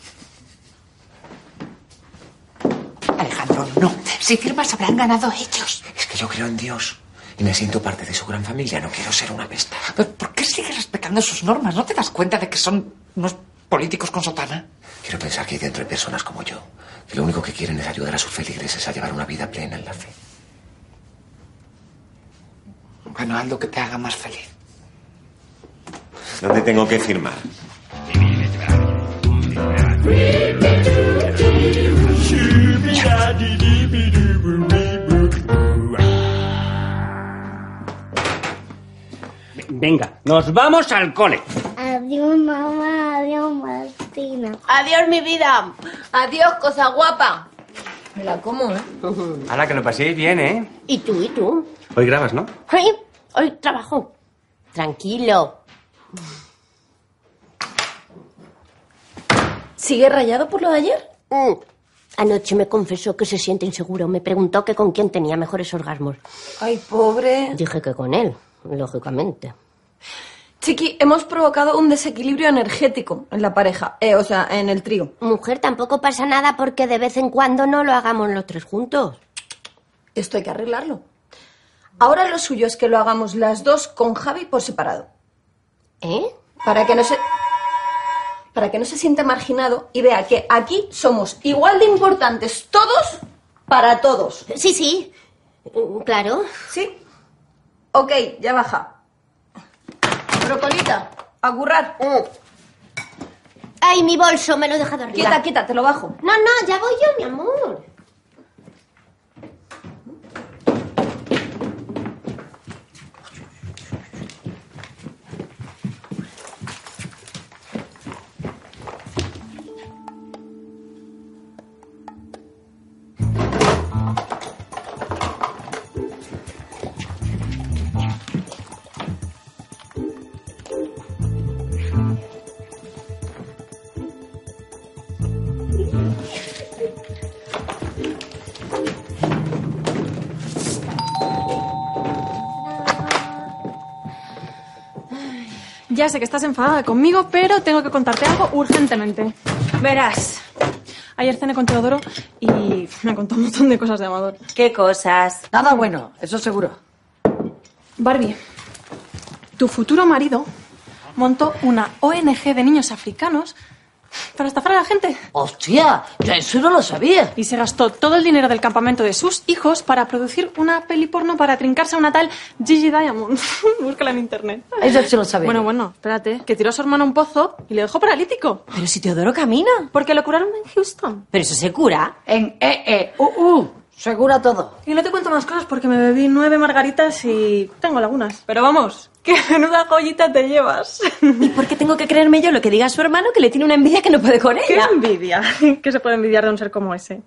Alejandro, no. Si firmas habrán ganado ellos. Es que yo creo en Dios y me siento parte de su gran familia. No quiero ser una pesta. Pero ¿por qué sigues respetando sus normas? ¿No te das cuenta de que son unos políticos con sotana? Quiero pensar que hay dentro de personas como yo que lo único que quieren es ayudar a sus feligreses a llevar una vida plena en la fe. Bueno, haz lo que te haga más feliz. ¿Dónde tengo que firmar? Venga, nos vamos al cole. Adiós, mamá. Adiós, Martina. Adiós, mi vida. Adiós, cosa guapa. Me la como, ¿eh? Ahora que lo paséis bien, ¿eh? ¿Y tú, y tú? Hoy grabas, ¿no? Ay, hoy trabajo. Tranquilo. ¿Sigue rayado por lo de ayer? Mm. Anoche me confesó que se siente inseguro. Me preguntó que con quién tenía mejores orgasmos. Ay, pobre. Dije que con él, lógicamente. Chiqui, hemos provocado un desequilibrio energético en la pareja, eh, o sea, en el trío. Mujer, tampoco pasa nada porque de vez en cuando no lo hagamos los tres juntos. Esto hay que arreglarlo. Ahora lo suyo es que lo hagamos las dos con Javi por separado. ¿Eh? Para que no se. Para que no se sienta marginado y vea que aquí somos igual de importantes todos para todos. Sí, sí. Mm, Claro. Sí. Ok, ya baja. Brocolita, a currar. Ay, mi bolso, me lo he dejado arriba. Quieta, quieta, te lo bajo. No, no, ya voy yo, mi amor. Ya sé que estás enfadada conmigo, pero tengo que contarte algo urgentemente. Verás. Ayer cené con Teodoro y me contó un montón de cosas de Amador. ¿Qué cosas? Nada bueno, eso seguro. Barbie, tu futuro marido montó una ONG de niños africanos para estafar a la gente. ¡Hostia! Yo eso no lo sabía. Y se gastó todo el dinero del campamento de sus hijos para producir una peli porno para trincarse a una tal Gigi Diamond. Búscala en internet. Eso sí lo sabía. Bueno, bueno, espérate. Que tiró a su hermano a un pozo y le dejó paralítico. Pero si Teodoro camina. Porque lo curaron en Houston. Pero eso se cura. En eh, E-E-U-U. uh, Se cura todo. Y no te cuento más cosas porque me bebí nueve margaritas y tengo lagunas. Pero vamos, qué menuda joyita te llevas. ¿Y por qué tengo que creerme yo lo que diga su hermano que le tiene una envidia que no puede con ¡Qué ella? envidia! ¿Qué se puede envidiar de un ser como ese?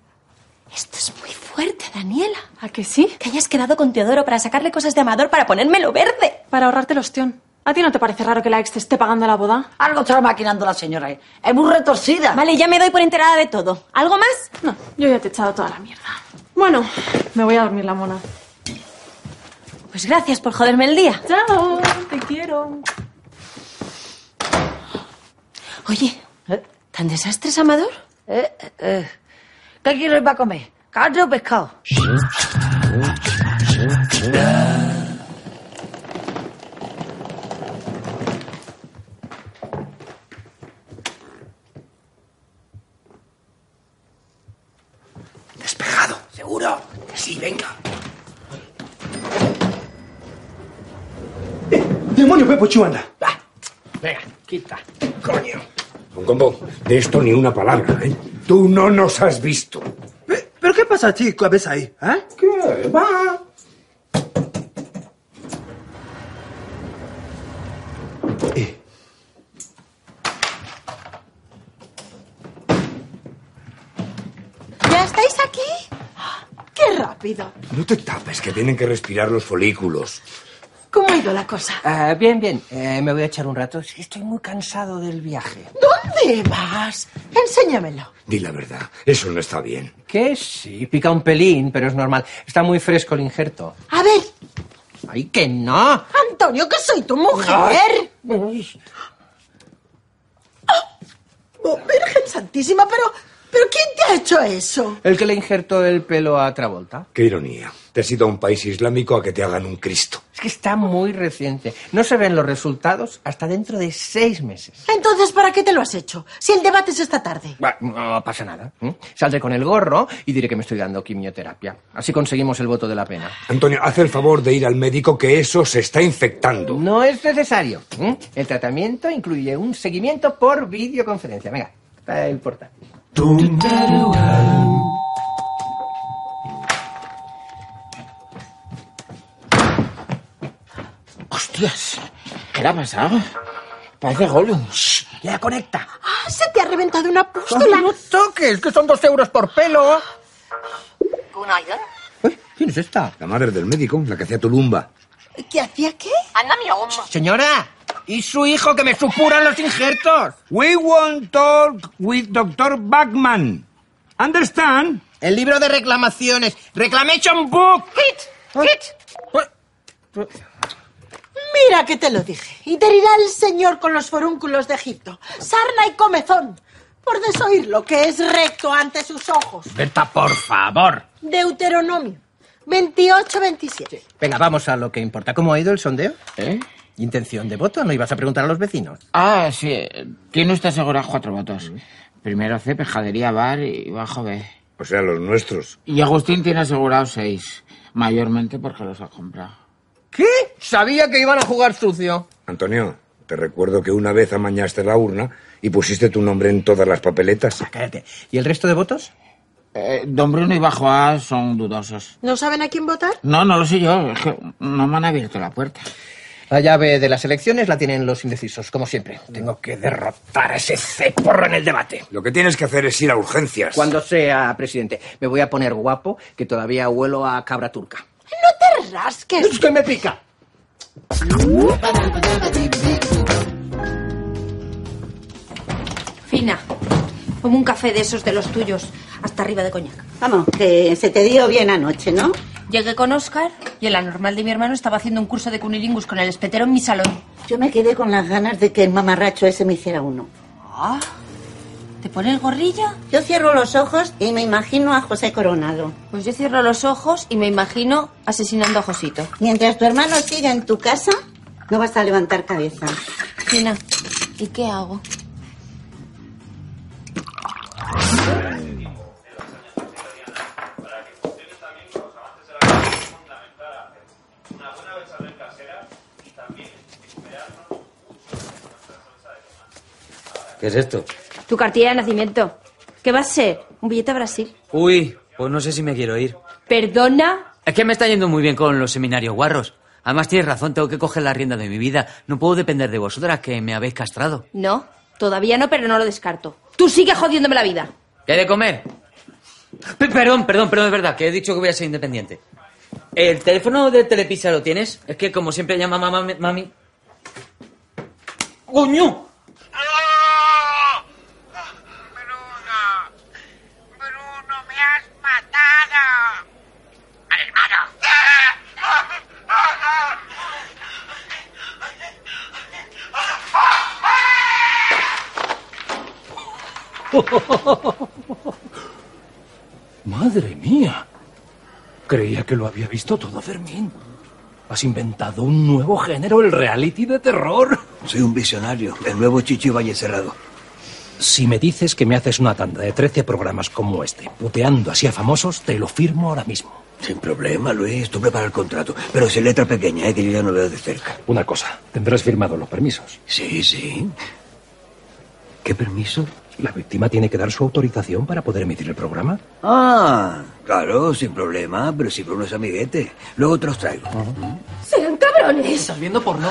Esto es muy fuerte, Daniela. ¿A que sí? Que hayas quedado con Teodoro para sacarle cosas de Amador para ponérmelo verde. Para ahorrarte el ostión. ¿A ti no te parece raro que la ex te esté pagando la boda? Algo está maquinando la señora. eh. Es muy retorcida. Vale, ya me doy por enterada de todo. ¿Algo más? No, yo ya te he echado toda la mierda. Bueno, me voy a dormir la mona. Pues gracias por joderme el día. Chao, te quiero. Oye, ¿tan desastres, Amador? Eh, eh, ¿Qué quiero ir para comer? ¿Carne o pescado? Despejado. ¿Seguro? Sí, venga. ¡Demonio, Pepo, chú, anda! Venga, quita. Don Combo, de esto ni una palabra, ¿eh? Tú no nos has visto. Eh, ¿Pero qué pasa, chico? ¿Ves ahí? ¿Eh? ¿Qué? Va. ¿Ya estáis aquí? ¡Qué rápido! No te tapes, que tienen que respirar los folículos. ¿Cómo ha ido la cosa? Ah, bien, bien. Eh, me voy a echar un rato. Es que estoy muy cansado del viaje. ¿Dónde vas? Enséñamelo. Di la verdad, eso no está Ah, bien. Que sí, pica un pelín, pero es normal. Está muy fresco el injerto. A ver, ¡Ay, que no! Antonio, que soy tu mujer. Oh, Virgen Santísima, pero, pero ¿quién te ha hecho eso? El que le injertó el pelo a Travolta. Qué ironía. Te has ido a un país islámico a que te hagan un Cristo. Es que está muy reciente. No se ven los resultados hasta dentro de seis meses. Entonces, ¿para qué te lo has hecho? Si el debate es esta tarde. Bah, no pasa nada. ¿eh? Saldré con el gorro y diré que me estoy dando quimioterapia. Así conseguimos el voto de la pena. Antonio, haz el favor de ir al médico que eso se está infectando. No es necesario. ¿eh? El tratamiento incluye un seguimiento por videoconferencia. Venga, está el portal. Hostias, ¿qué le ha pasado? Parece Gollum. Ya conecta. Ah, se te ha reventado una ¡No pústula. no toques! ¡Que son dos euros por pelo! Günaydın. ¿Quién es esta? La madre del médico, la que hacía tu lumba. ¿Qué hacía qué? Anlamıyorum. ¡Señora! ¡Y su hijo que me supuran los injertos! We won't talk with Dr. Bachman. Understand? El libro de reclamaciones. ¡Reclamation Book! ¡Hit! ¡Hit! Mira que te lo dije. Y te herirá el Señor con los forúnculos de Egipto. Sarna y comezón. Por desoír lo que es recto ante sus ojos. Berta, por favor. Deuteronomio 28-27. Venga, vamos a lo que importa. ¿Cómo ha ido el sondeo? ¿Eh? ¿Intención de voto? ¿No ibas a preguntar a los vecinos? Mm. Ah, sí. Eh, Tiene usted asegurados cuatro votos. Primero C, Pescadería Bar y Bajo B. O sea, los nuestros. Y Agustín tiene asegurados seis. Mayormente porque los ha comprado. ¿Qué? Sabía que iban a jugar sucio. Antonio, te recuerdo que una vez amañaste la urna y pusiste tu nombre en todas las papeletas. Ah, Cállate. ¿Y el resto de votos? Eh, don Bruno y Bajo A son dudosos. ¿No saben a quién votar? No, no lo sé yo. es que no me han abierto la puerta. La llave de las elecciones la tienen los indecisos, como siempre. Tengo que derrotar a ese ceporro en el debate. Lo que tienes que hacer es ir a urgencias. Cuando sea presidente, me voy a poner guapo, que todavía huelo a cabra turca. ¡No te rasques! ¡Es que me pica! Fina, como un café de esos de los tuyos, hasta arriba de coñac. Vamos, que se te dio bien anoche, ¿no? Llegué con Oscar y en la normal de mi hermano estaba haciendo un curso de cunilingus con el espetero en mi salón. Yo me quedé con las ganas de que el mamarracho ese me hiciera uno. Ah, ¿te pone el gorrilla? Yo cierro los ojos y me imagino a José Coronado. Pues yo cierro los ojos y me imagino asesinando a Josito. Mientras tu hermano siga en tu casa, no vas a levantar cabeza. Fina, ¿y qué hago? ¿Qué es esto? Tu cartilla de nacimiento. ¿Qué va a ser? ¿Un billete a Brasil? Uy, pues no sé si me quiero ir. ¿Perdona? Es que me está yendo muy bien con los seminarios guarros. Además, tienes razón, tengo que coger la rienda de mi vida. No puedo depender de vosotras, que me habéis castrado. No, todavía no, pero no lo descarto. Tú sigues jodiéndome la vida. ¿Qué hay de comer? Pe- perdón, perdón, perdón, es verdad, que he dicho que voy a ser independiente. ¿El teléfono de Telepizza lo tienes? Es que como siempre llama mamá, mami... ¡Coño! Madre mía. Creía que lo había visto todo, Fermín. Has inventado un nuevo género, el reality de terror. Soy un visionario, el nuevo Chichi Valle Cerrado. Si me dices que me haces una tanda de 13 programas como este, puteando así a famosos, te lo firmo ahora mismo. Sin problema, Luis, tú prepara el contrato. Pero sin letra pequeña, ¿eh? que yo ya no veo de cerca. Una cosa, tendrás firmado los permisos. Sí, sí. ¿Qué permiso? La víctima tiene que dar su autorización para poder emitir el programa. Ah, claro, sin problema, pero si Bruno es amiguete. Luego te los traigo. ¡Sean cabrones! ¿Estás viendo porno?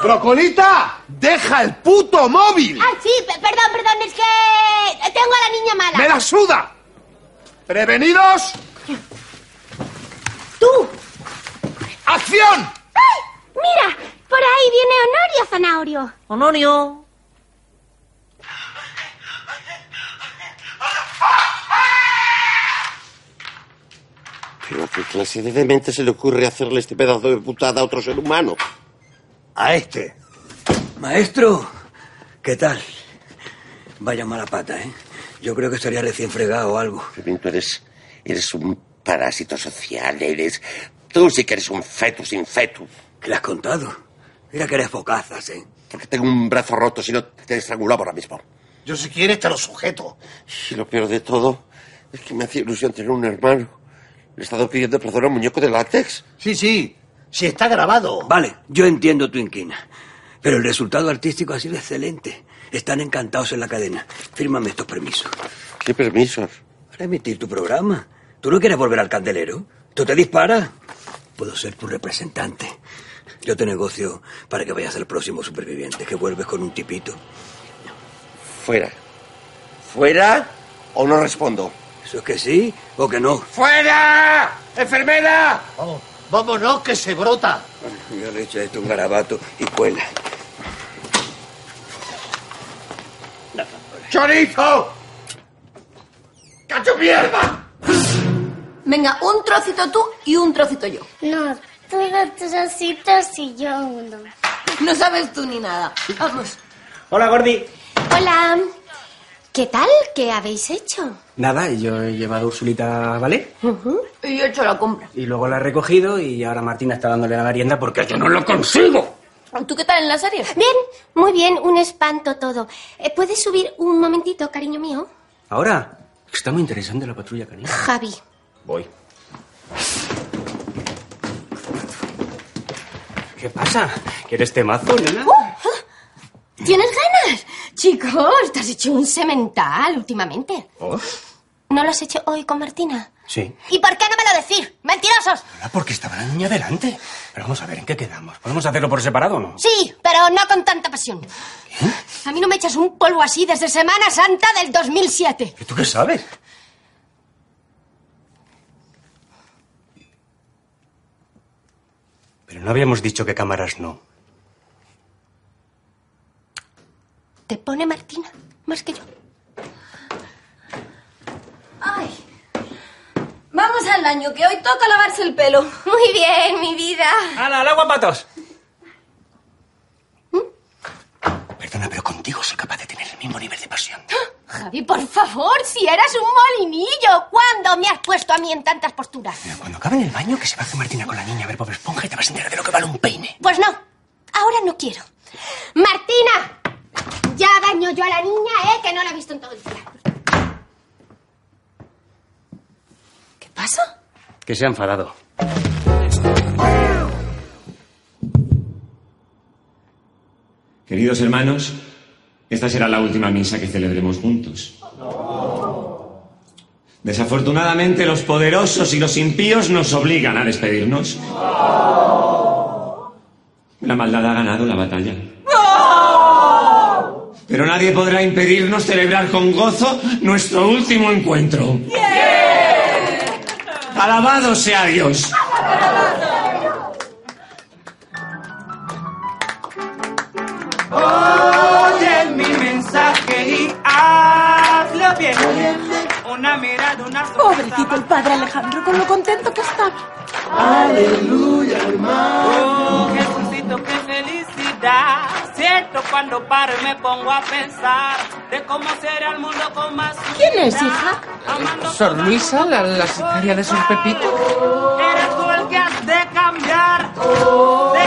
¡Brocolita! ¡Deja el puto móvil! Ah, sí, pe- perdón, perdón, es que tengo a la niña mala. ¡Me la suda! ¡Prevenidos! ¡Tú! ¡Acción! ¡Ay! ¡Mira! Por ahí viene Honorio Zanaurio. ¡Honorio! Pero qué clase de demente se le ocurre hacerle este pedazo de putada a otro ser humano. A este. Maestro, ¿qué tal? Vaya mala pata, ¿eh? Yo creo que estaría recién fregado o algo. Fermín, tú eres, eres un parásito social, eres... Tú sí que eres un fetus infetus. ¿Qué le has contado? Mira que eres bocazas, ¿eh? Porque tengo un brazo roto, si no te estrangulaba ahora mismo. Yo si quieres te lo sujeto. Y lo peor de todo es que me hace ilusión tener un hermano. Le he estado pidiendo perdón a un muñeco de látex. Sí, sí. Si está grabado. Vale, yo entiendo tu inquina. Pero el resultado artístico ha sido excelente. Están encantados en la cadena. Fírmame estos permisos. ¿Qué permisos? Para emitir tu programa. ¿Tú no quieres volver al candelero? ¿Tú te disparas? Puedo ser tu representante. Yo te negocio para que vayas al próximo superviviente, que vuelves con un tipito. Fuera. ¿Fuera o no respondo? ¿Eso es que sí o que no? ¡Fuera! ¡Enfermera! Vamos, vámonos que se brota. Yo le he hecho a esto un garabato y cuela. ¡Chorizo! ¡Cacho mierda! Venga, un trocito tú y un trocito yo. No, tú los trocitos y yo uno. No sabes tú ni nada. Vamos. Hola, Gordi. Hola. ¿Qué tal? ¿Qué habéis hecho? Nada, yo he llevado a Ursulita a Ballet Y yo he hecho la compra. y luego la he recogido y ahora Martina está dándole la merienda porque yo no lo consigo. ¿Tú qué tal en la serie? Bien, muy bien, un espanto todo. Eh, ¿Puedes subir un momentito, cariño mío? Ahora, está muy interesante la patrulla canina. Javi. Voy. ¿Qué pasa? ¿Quieres temazo, ¿Eh? nena? ¡Oh! ¿Tienes ganas? Chicos, te has hecho un semental últimamente. Oh, ¿No lo has hecho hoy con Martina? sí. ¿Y por qué no me lo decís? ¡Mentirosos! Ah, Porque estaba la niña delante. Pero vamos a ver, ¿en qué quedamos? ¿Podemos hacerlo por separado o no? Sí, pero no con tanta pasión. A mí no me echas un polvo así desde Semana Santa del 2007. ¿Y tú qué sabes? Pero no habíamos dicho que cámaras no. Te pone Martina más que yo. Ay. Vamos al baño, que hoy toca lavarse el pelo. Muy bien, mi vida. ¡Hala, al agua, patos! Perdona, pero contigo soy capaz de tener el mismo nivel de pasión. Javi, por favor, si eras un molinillo, ¿cuándo me has puesto a mí en tantas posturas? Cuando acabe en el baño, que se baje Martina con la niña a ver Bob Esponja y te vas a enterar de lo que vale un peine. Pues no, ahora no quiero. Martina, ya daño yo a la niña, ¿eh? Que no la he visto en todo el día. ¿Qué pasa? Que se ha enfadado. Queridos hermanos, esta será la última misa que celebremos juntos. Desafortunadamente, los poderosos y los impíos nos obligan a despedirnos. La maldad ha ganado la batalla. Pero nadie podrá impedirnos celebrar con gozo nuestro último encuentro. Alabado sea Dios. Oye mi mensaje y hazlo bien. Una mirada, una Pobrecito el padre Alejandro, con lo contento que está. Aleluya, hermano. Oh, Jesucito, qué felicidad. Cierto, cuando paro y me pongo a pensar de cómo será el mundo con más. ¿Quién es, hija? Sor Luisa, la, la sicaria de Sor Pepito. Eres tú el que has de cambiar.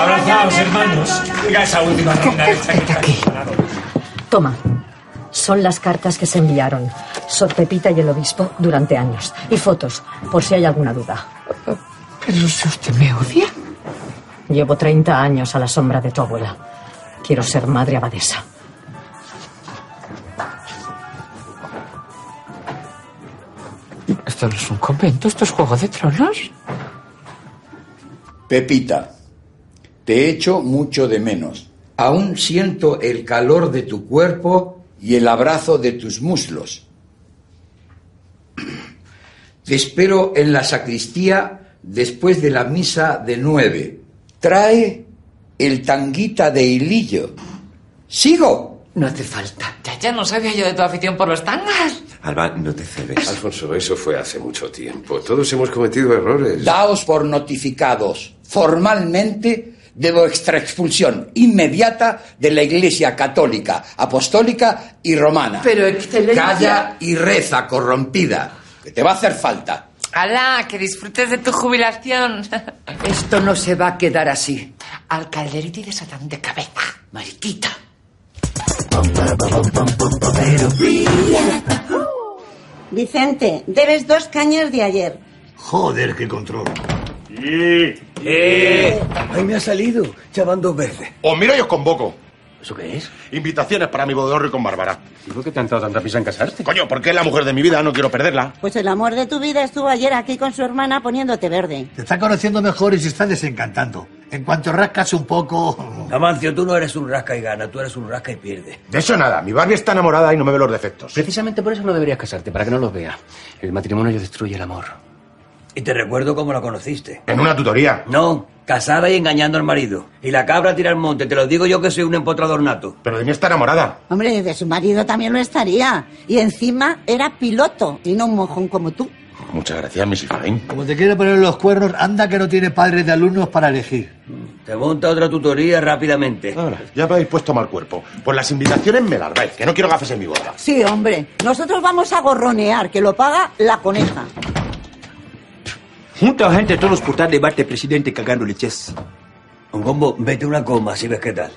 Abrazaos, eh, hermanos. Llega esa última ronda de chaqueta. Toma. Son las cartas que se enviaron. Sor Pepita y el obispo durante años. Y fotos, por si hay alguna duda. Pero si usted me odia. Llevo 30 años a la sombra de tu abuela. Quiero ser madre abadesa. Esto no es un convento, esto es Juego de Tronos. Pepita, te echo mucho de menos. Aún siento el calor de tu cuerpo y el abrazo de tus muslos. Te espero en la sacristía después de la misa de nueve. Trae el tanguita de hilillo. ¿Sigo? No hace falta. Ya, ya no sabía yo de tu afición por los tangas. Alba, no te cebes. Alfonso, eso fue hace mucho tiempo. Todos hemos cometido errores. Daos por notificados formalmente de vuestra expulsión inmediata de la Iglesia Católica, Apostólica y Romana. Pero, Excelencia- Calla y reza, corrompida, que te va a hacer falta. ¡Hala! Que disfrutes de tu jubilación. Esto no se va a quedar así. Al calderito y desatón de cabeza, mariquita. Vicente, debes dos cañas de ayer. Joder, qué control. Eh. Ahí me ha salido. Ya van dos veces. Eh. Os miro y os convoco. ¿Eso qué es? Invitaciones para mi bodorrio con Bárbara. ¿Y por qué te han dado tanta prisa en casarte? Coño, porque es la mujer de mi vida, no quiero perderla. Pues el amor de tu vida estuvo ayer aquí con su hermana poniéndote verde. Te está conociendo mejor y se está desencantando. En cuanto rascas un poco... Amancio, tú no eres un rasca y gana, tú eres un rasca y pierde. De eso nada, mi Barbie está enamorada y no me ve los defectos. Precisamente por eso no deberías casarte, para que no los vea. El matrimonio destruye el amor. Y te recuerdo cómo la conociste. En una tutoría. No, casada y engañando al marido. Y la cabra tira al monte, te lo digo yo que soy un empotrador nato. Pero de mí está enamorada. Hombre, de su marido también lo estaría. Y encima era piloto y no un mojón como tú. Muchas gracias, Mrs. Fine. Como te quiere poner los cuernos, anda que no tiene padres de alumnos para elegir. Te monta otra tutoría rápidamente. Ahora, ya me habéis puesto mal cuerpo. Pues las invitaciones me las vais, que no quiero gafes en mi boda. Sí, hombre, nosotros vamos a gorronear, que lo paga la coneja. Junta gente todos por debate presidente cagando leches. Un combo, vete una coma, si ves qué tal.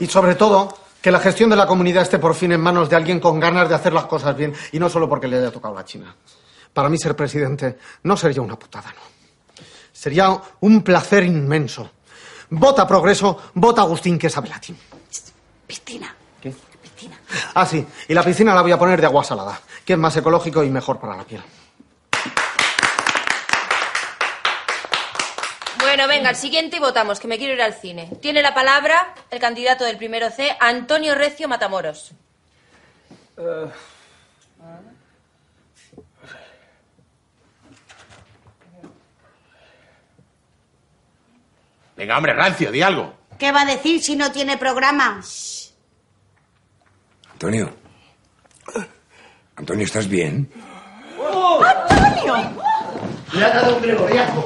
Y sobre todo, que la gestión de la comunidad esté por fin en manos de alguien con ganas de hacer las cosas bien y no solo porque le haya tocado la China. Para mí ser presidente no sería una putada, no. Sería un placer inmenso. Vota Progreso, vota Agustín, que sabe latín. Piscina. Ah, sí, y la piscina la voy a poner de agua salada, que es más ecológico y mejor para la piel. Bueno, venga, el siguiente y votamos, que me quiero ir al cine. Tiene la palabra el candidato del primero C, Antonio Recio Matamoros. Venga, hombre, rancio, di algo. ¿Qué va a decir si no tiene programa? Antonio. Antonio, ¿estás bien? Uh. ¡Antonio! Le ha dado un gregoriano.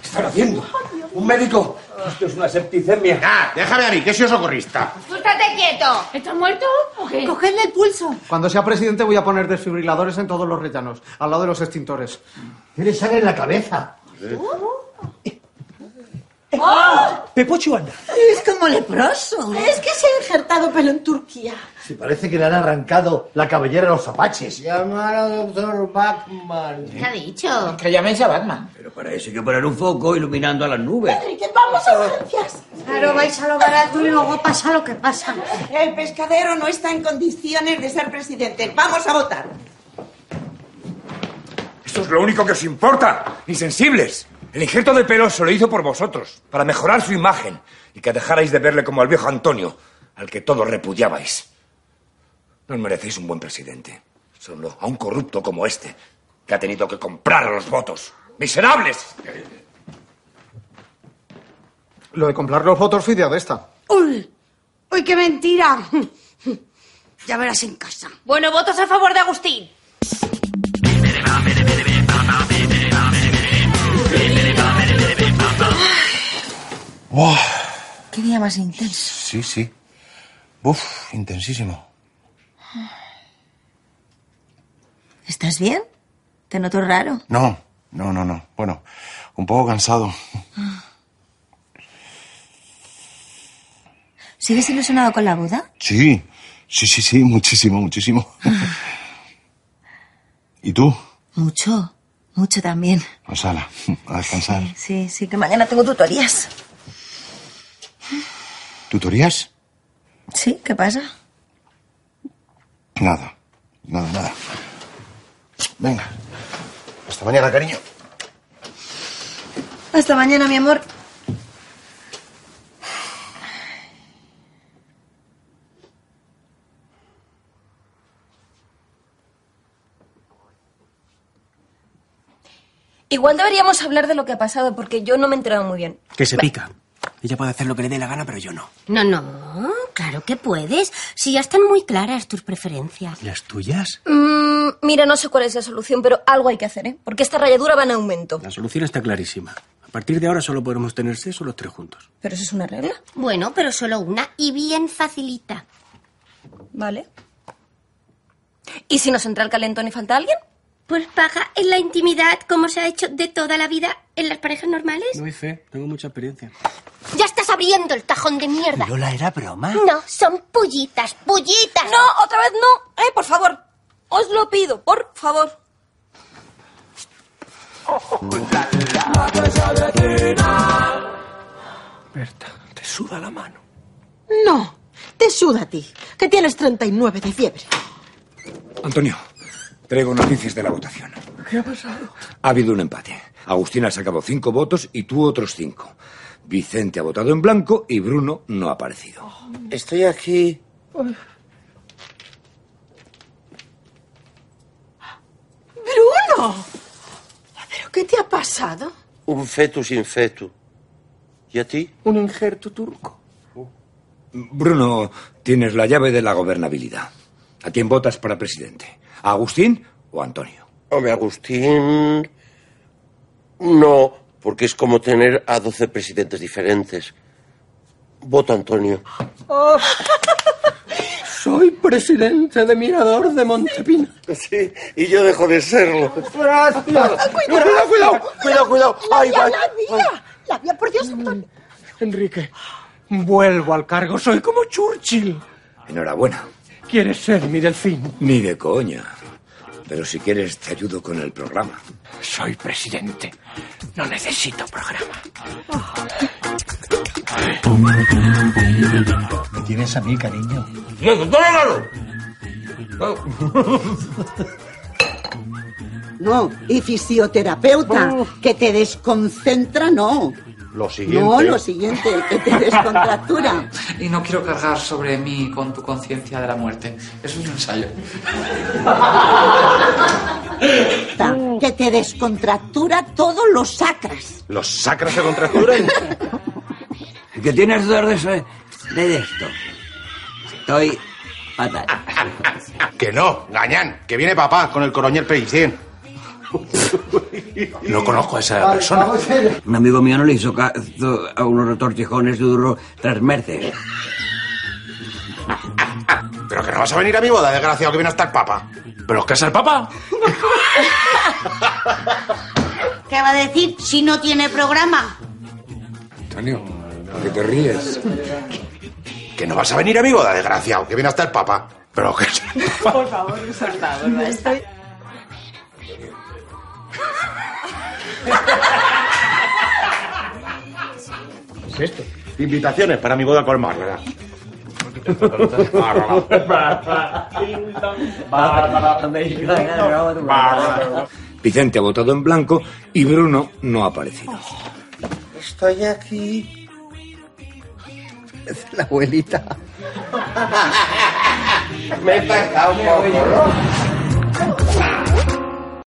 ¿Qué están haciendo? ¡Un médico! Esto es una septicemia. Ah, déjame a mí, que soy socorrista. ¡Tú estate quieto! ¿Estás muerto o qué? Cogedle el pulso. Cuando sea presidente voy a poner desfibriladores en todos los rellanos, al lado de los extintores. Tiene sangre en la cabeza. Pepo Chuana. Es como leproso. ¡Oh! Es que se ha injertado pelo en Turquía. Si parece que le han arrancado la cabellera a los apaches. Llamar al doctor Bachman. ¿Qué ha dicho? Que llaméis a Batman. Pero para eso hay que poner un foco iluminando a las nubes. ¡Que Pues, vamos a urgencias! Claro, vais a lo barato y luego pasa lo que pasa. El pescadero no está en condiciones de ser presidente. Vamos a votar. Esto es lo único que os importa, insensibles. El injerto de pelo se lo hizo por vosotros, para mejorar su imagen y que dejarais de verle como al viejo Antonio, al que todos repudiabais. No os merecéis un buen presidente, solo a un corrupto como este, que ha tenido que comprar los votos. ¡Miserables! Lo de comprar los votos fue idea de esta. ¡Uy! ¡Uy, qué mentira! Ya verás en casa. Bueno, votos a favor de Agustín. ¡Wow! Qué día más intenso. Sí, sí. Uf, intensísimo. ¿Estás bien? Te noto raro. No, no, no, no. Bueno, un poco cansado. ¿Sigues ilusionado con la boda? Sí, sí, sí, sí, muchísimo, muchísimo. ¿Y tú? Mucho, mucho también. A sala, a descansar. Sí, sí, que mañana tengo tutorías. ¿Tutorías? ¿Sí? ¿Qué pasa? Nada, nada, nada. Venga. Hasta mañana, cariño. Hasta mañana, mi amor. Igual deberíamos hablar de lo que ha pasado porque yo no me he enterado muy bien. Que se pica. Ella puede hacer lo que le dé la gana, pero yo no. No, no, claro que puedes. Si ya están muy claras tus preferencias. ¿Las tuyas? Mm, mira, no sé cuál es la solución, pero algo hay que hacer, ¿eh? Porque esta rayadura va en aumento. La solución está clarísima. A partir de ahora solo podremos tener sexo los tres juntos. ¿Pero eso es una regla? Bueno, pero solo una y bien facilita. Vale. ¿Y si nos entra el calentón y falta alguien? Pues paga en la intimidad como se ha hecho de toda la vida en las parejas normales. No hay fe, tengo mucha experiencia. Ya estás abriendo el tajón de mierda. Lola era broma. No, son pullitas, pullitas. No, otra vez no. Eh, por favor. Os lo pido, por favor. Berta, te suda la mano. No, te suda a ti, que tienes 39 de fiebre. Antonio, traigo noticias de la votación. ¿Qué ha pasado? Ha habido un empate. Agustín ha sacado cinco votos y tú otros cinco. Vicente ha votado en blanco y Bruno no ha aparecido. Estoy aquí. ¡Bruno! ¿Pero qué te ha pasado? Un fetus infetu. ¿Y a ti? Un injerto turco. Bruno, tienes la llave de la gobernabilidad. ¿A quién votas para presidente? ¿A Agustín o a Antonio? Hombre, Agustín. No, porque es como tener a 12 presidentes diferentes. Voto Antonio. Oh. Soy presidente de Mirador de Montepina. Sí, y yo dejo de serlo. Gracias. Cuidado, cuidado, cuidado, cuidado. Ay, ¡La vaya. vida! ¡La vida, por Dios, Antonio! Enrique, vuelvo al cargo. Soy como Churchill. Enhorabuena. ¿Quieres ser mi delfín? Ni de coña. Pero si quieres, te ayudo con el programa. Soy presidente. No necesito programa. Me tienes a mí, cariño. No, y fisioterapeuta, que te desconcentra, no. Lo siguiente. No, lo siguiente, que te descontractura. Y no quiero cargar sobre mí con tu conciencia de la muerte. Es un ensayo. Ta, Que te descontractura todos los sacras. Los sacras se contracturan. ¿Qué tienes dudas de, eso- de esto? Estoy fatal. Que no, gañán, que viene papá con el coronel Pellicén. No conozco a esa persona. Un amigo mío no le hizo caso a unos retortijones duros tras merces. Pero que no vas a venir a mi boda, desgraciado, que viene hasta el papá. ¿Pero qué es el papá? ¿Qué va a decir si no tiene programa? Antonio, ¿por qué te ríes? Que no vas a venir a mi boda, desgraciado, que viene hasta el papá. Pero que... Por favor, soltado. es esto? Invitaciones para mi boda con Marla. Vicente ha votado en blanco y Bruno no ha aparecido. Estoy aquí. Es la abuelita. Me he pasado un poco, ¿no?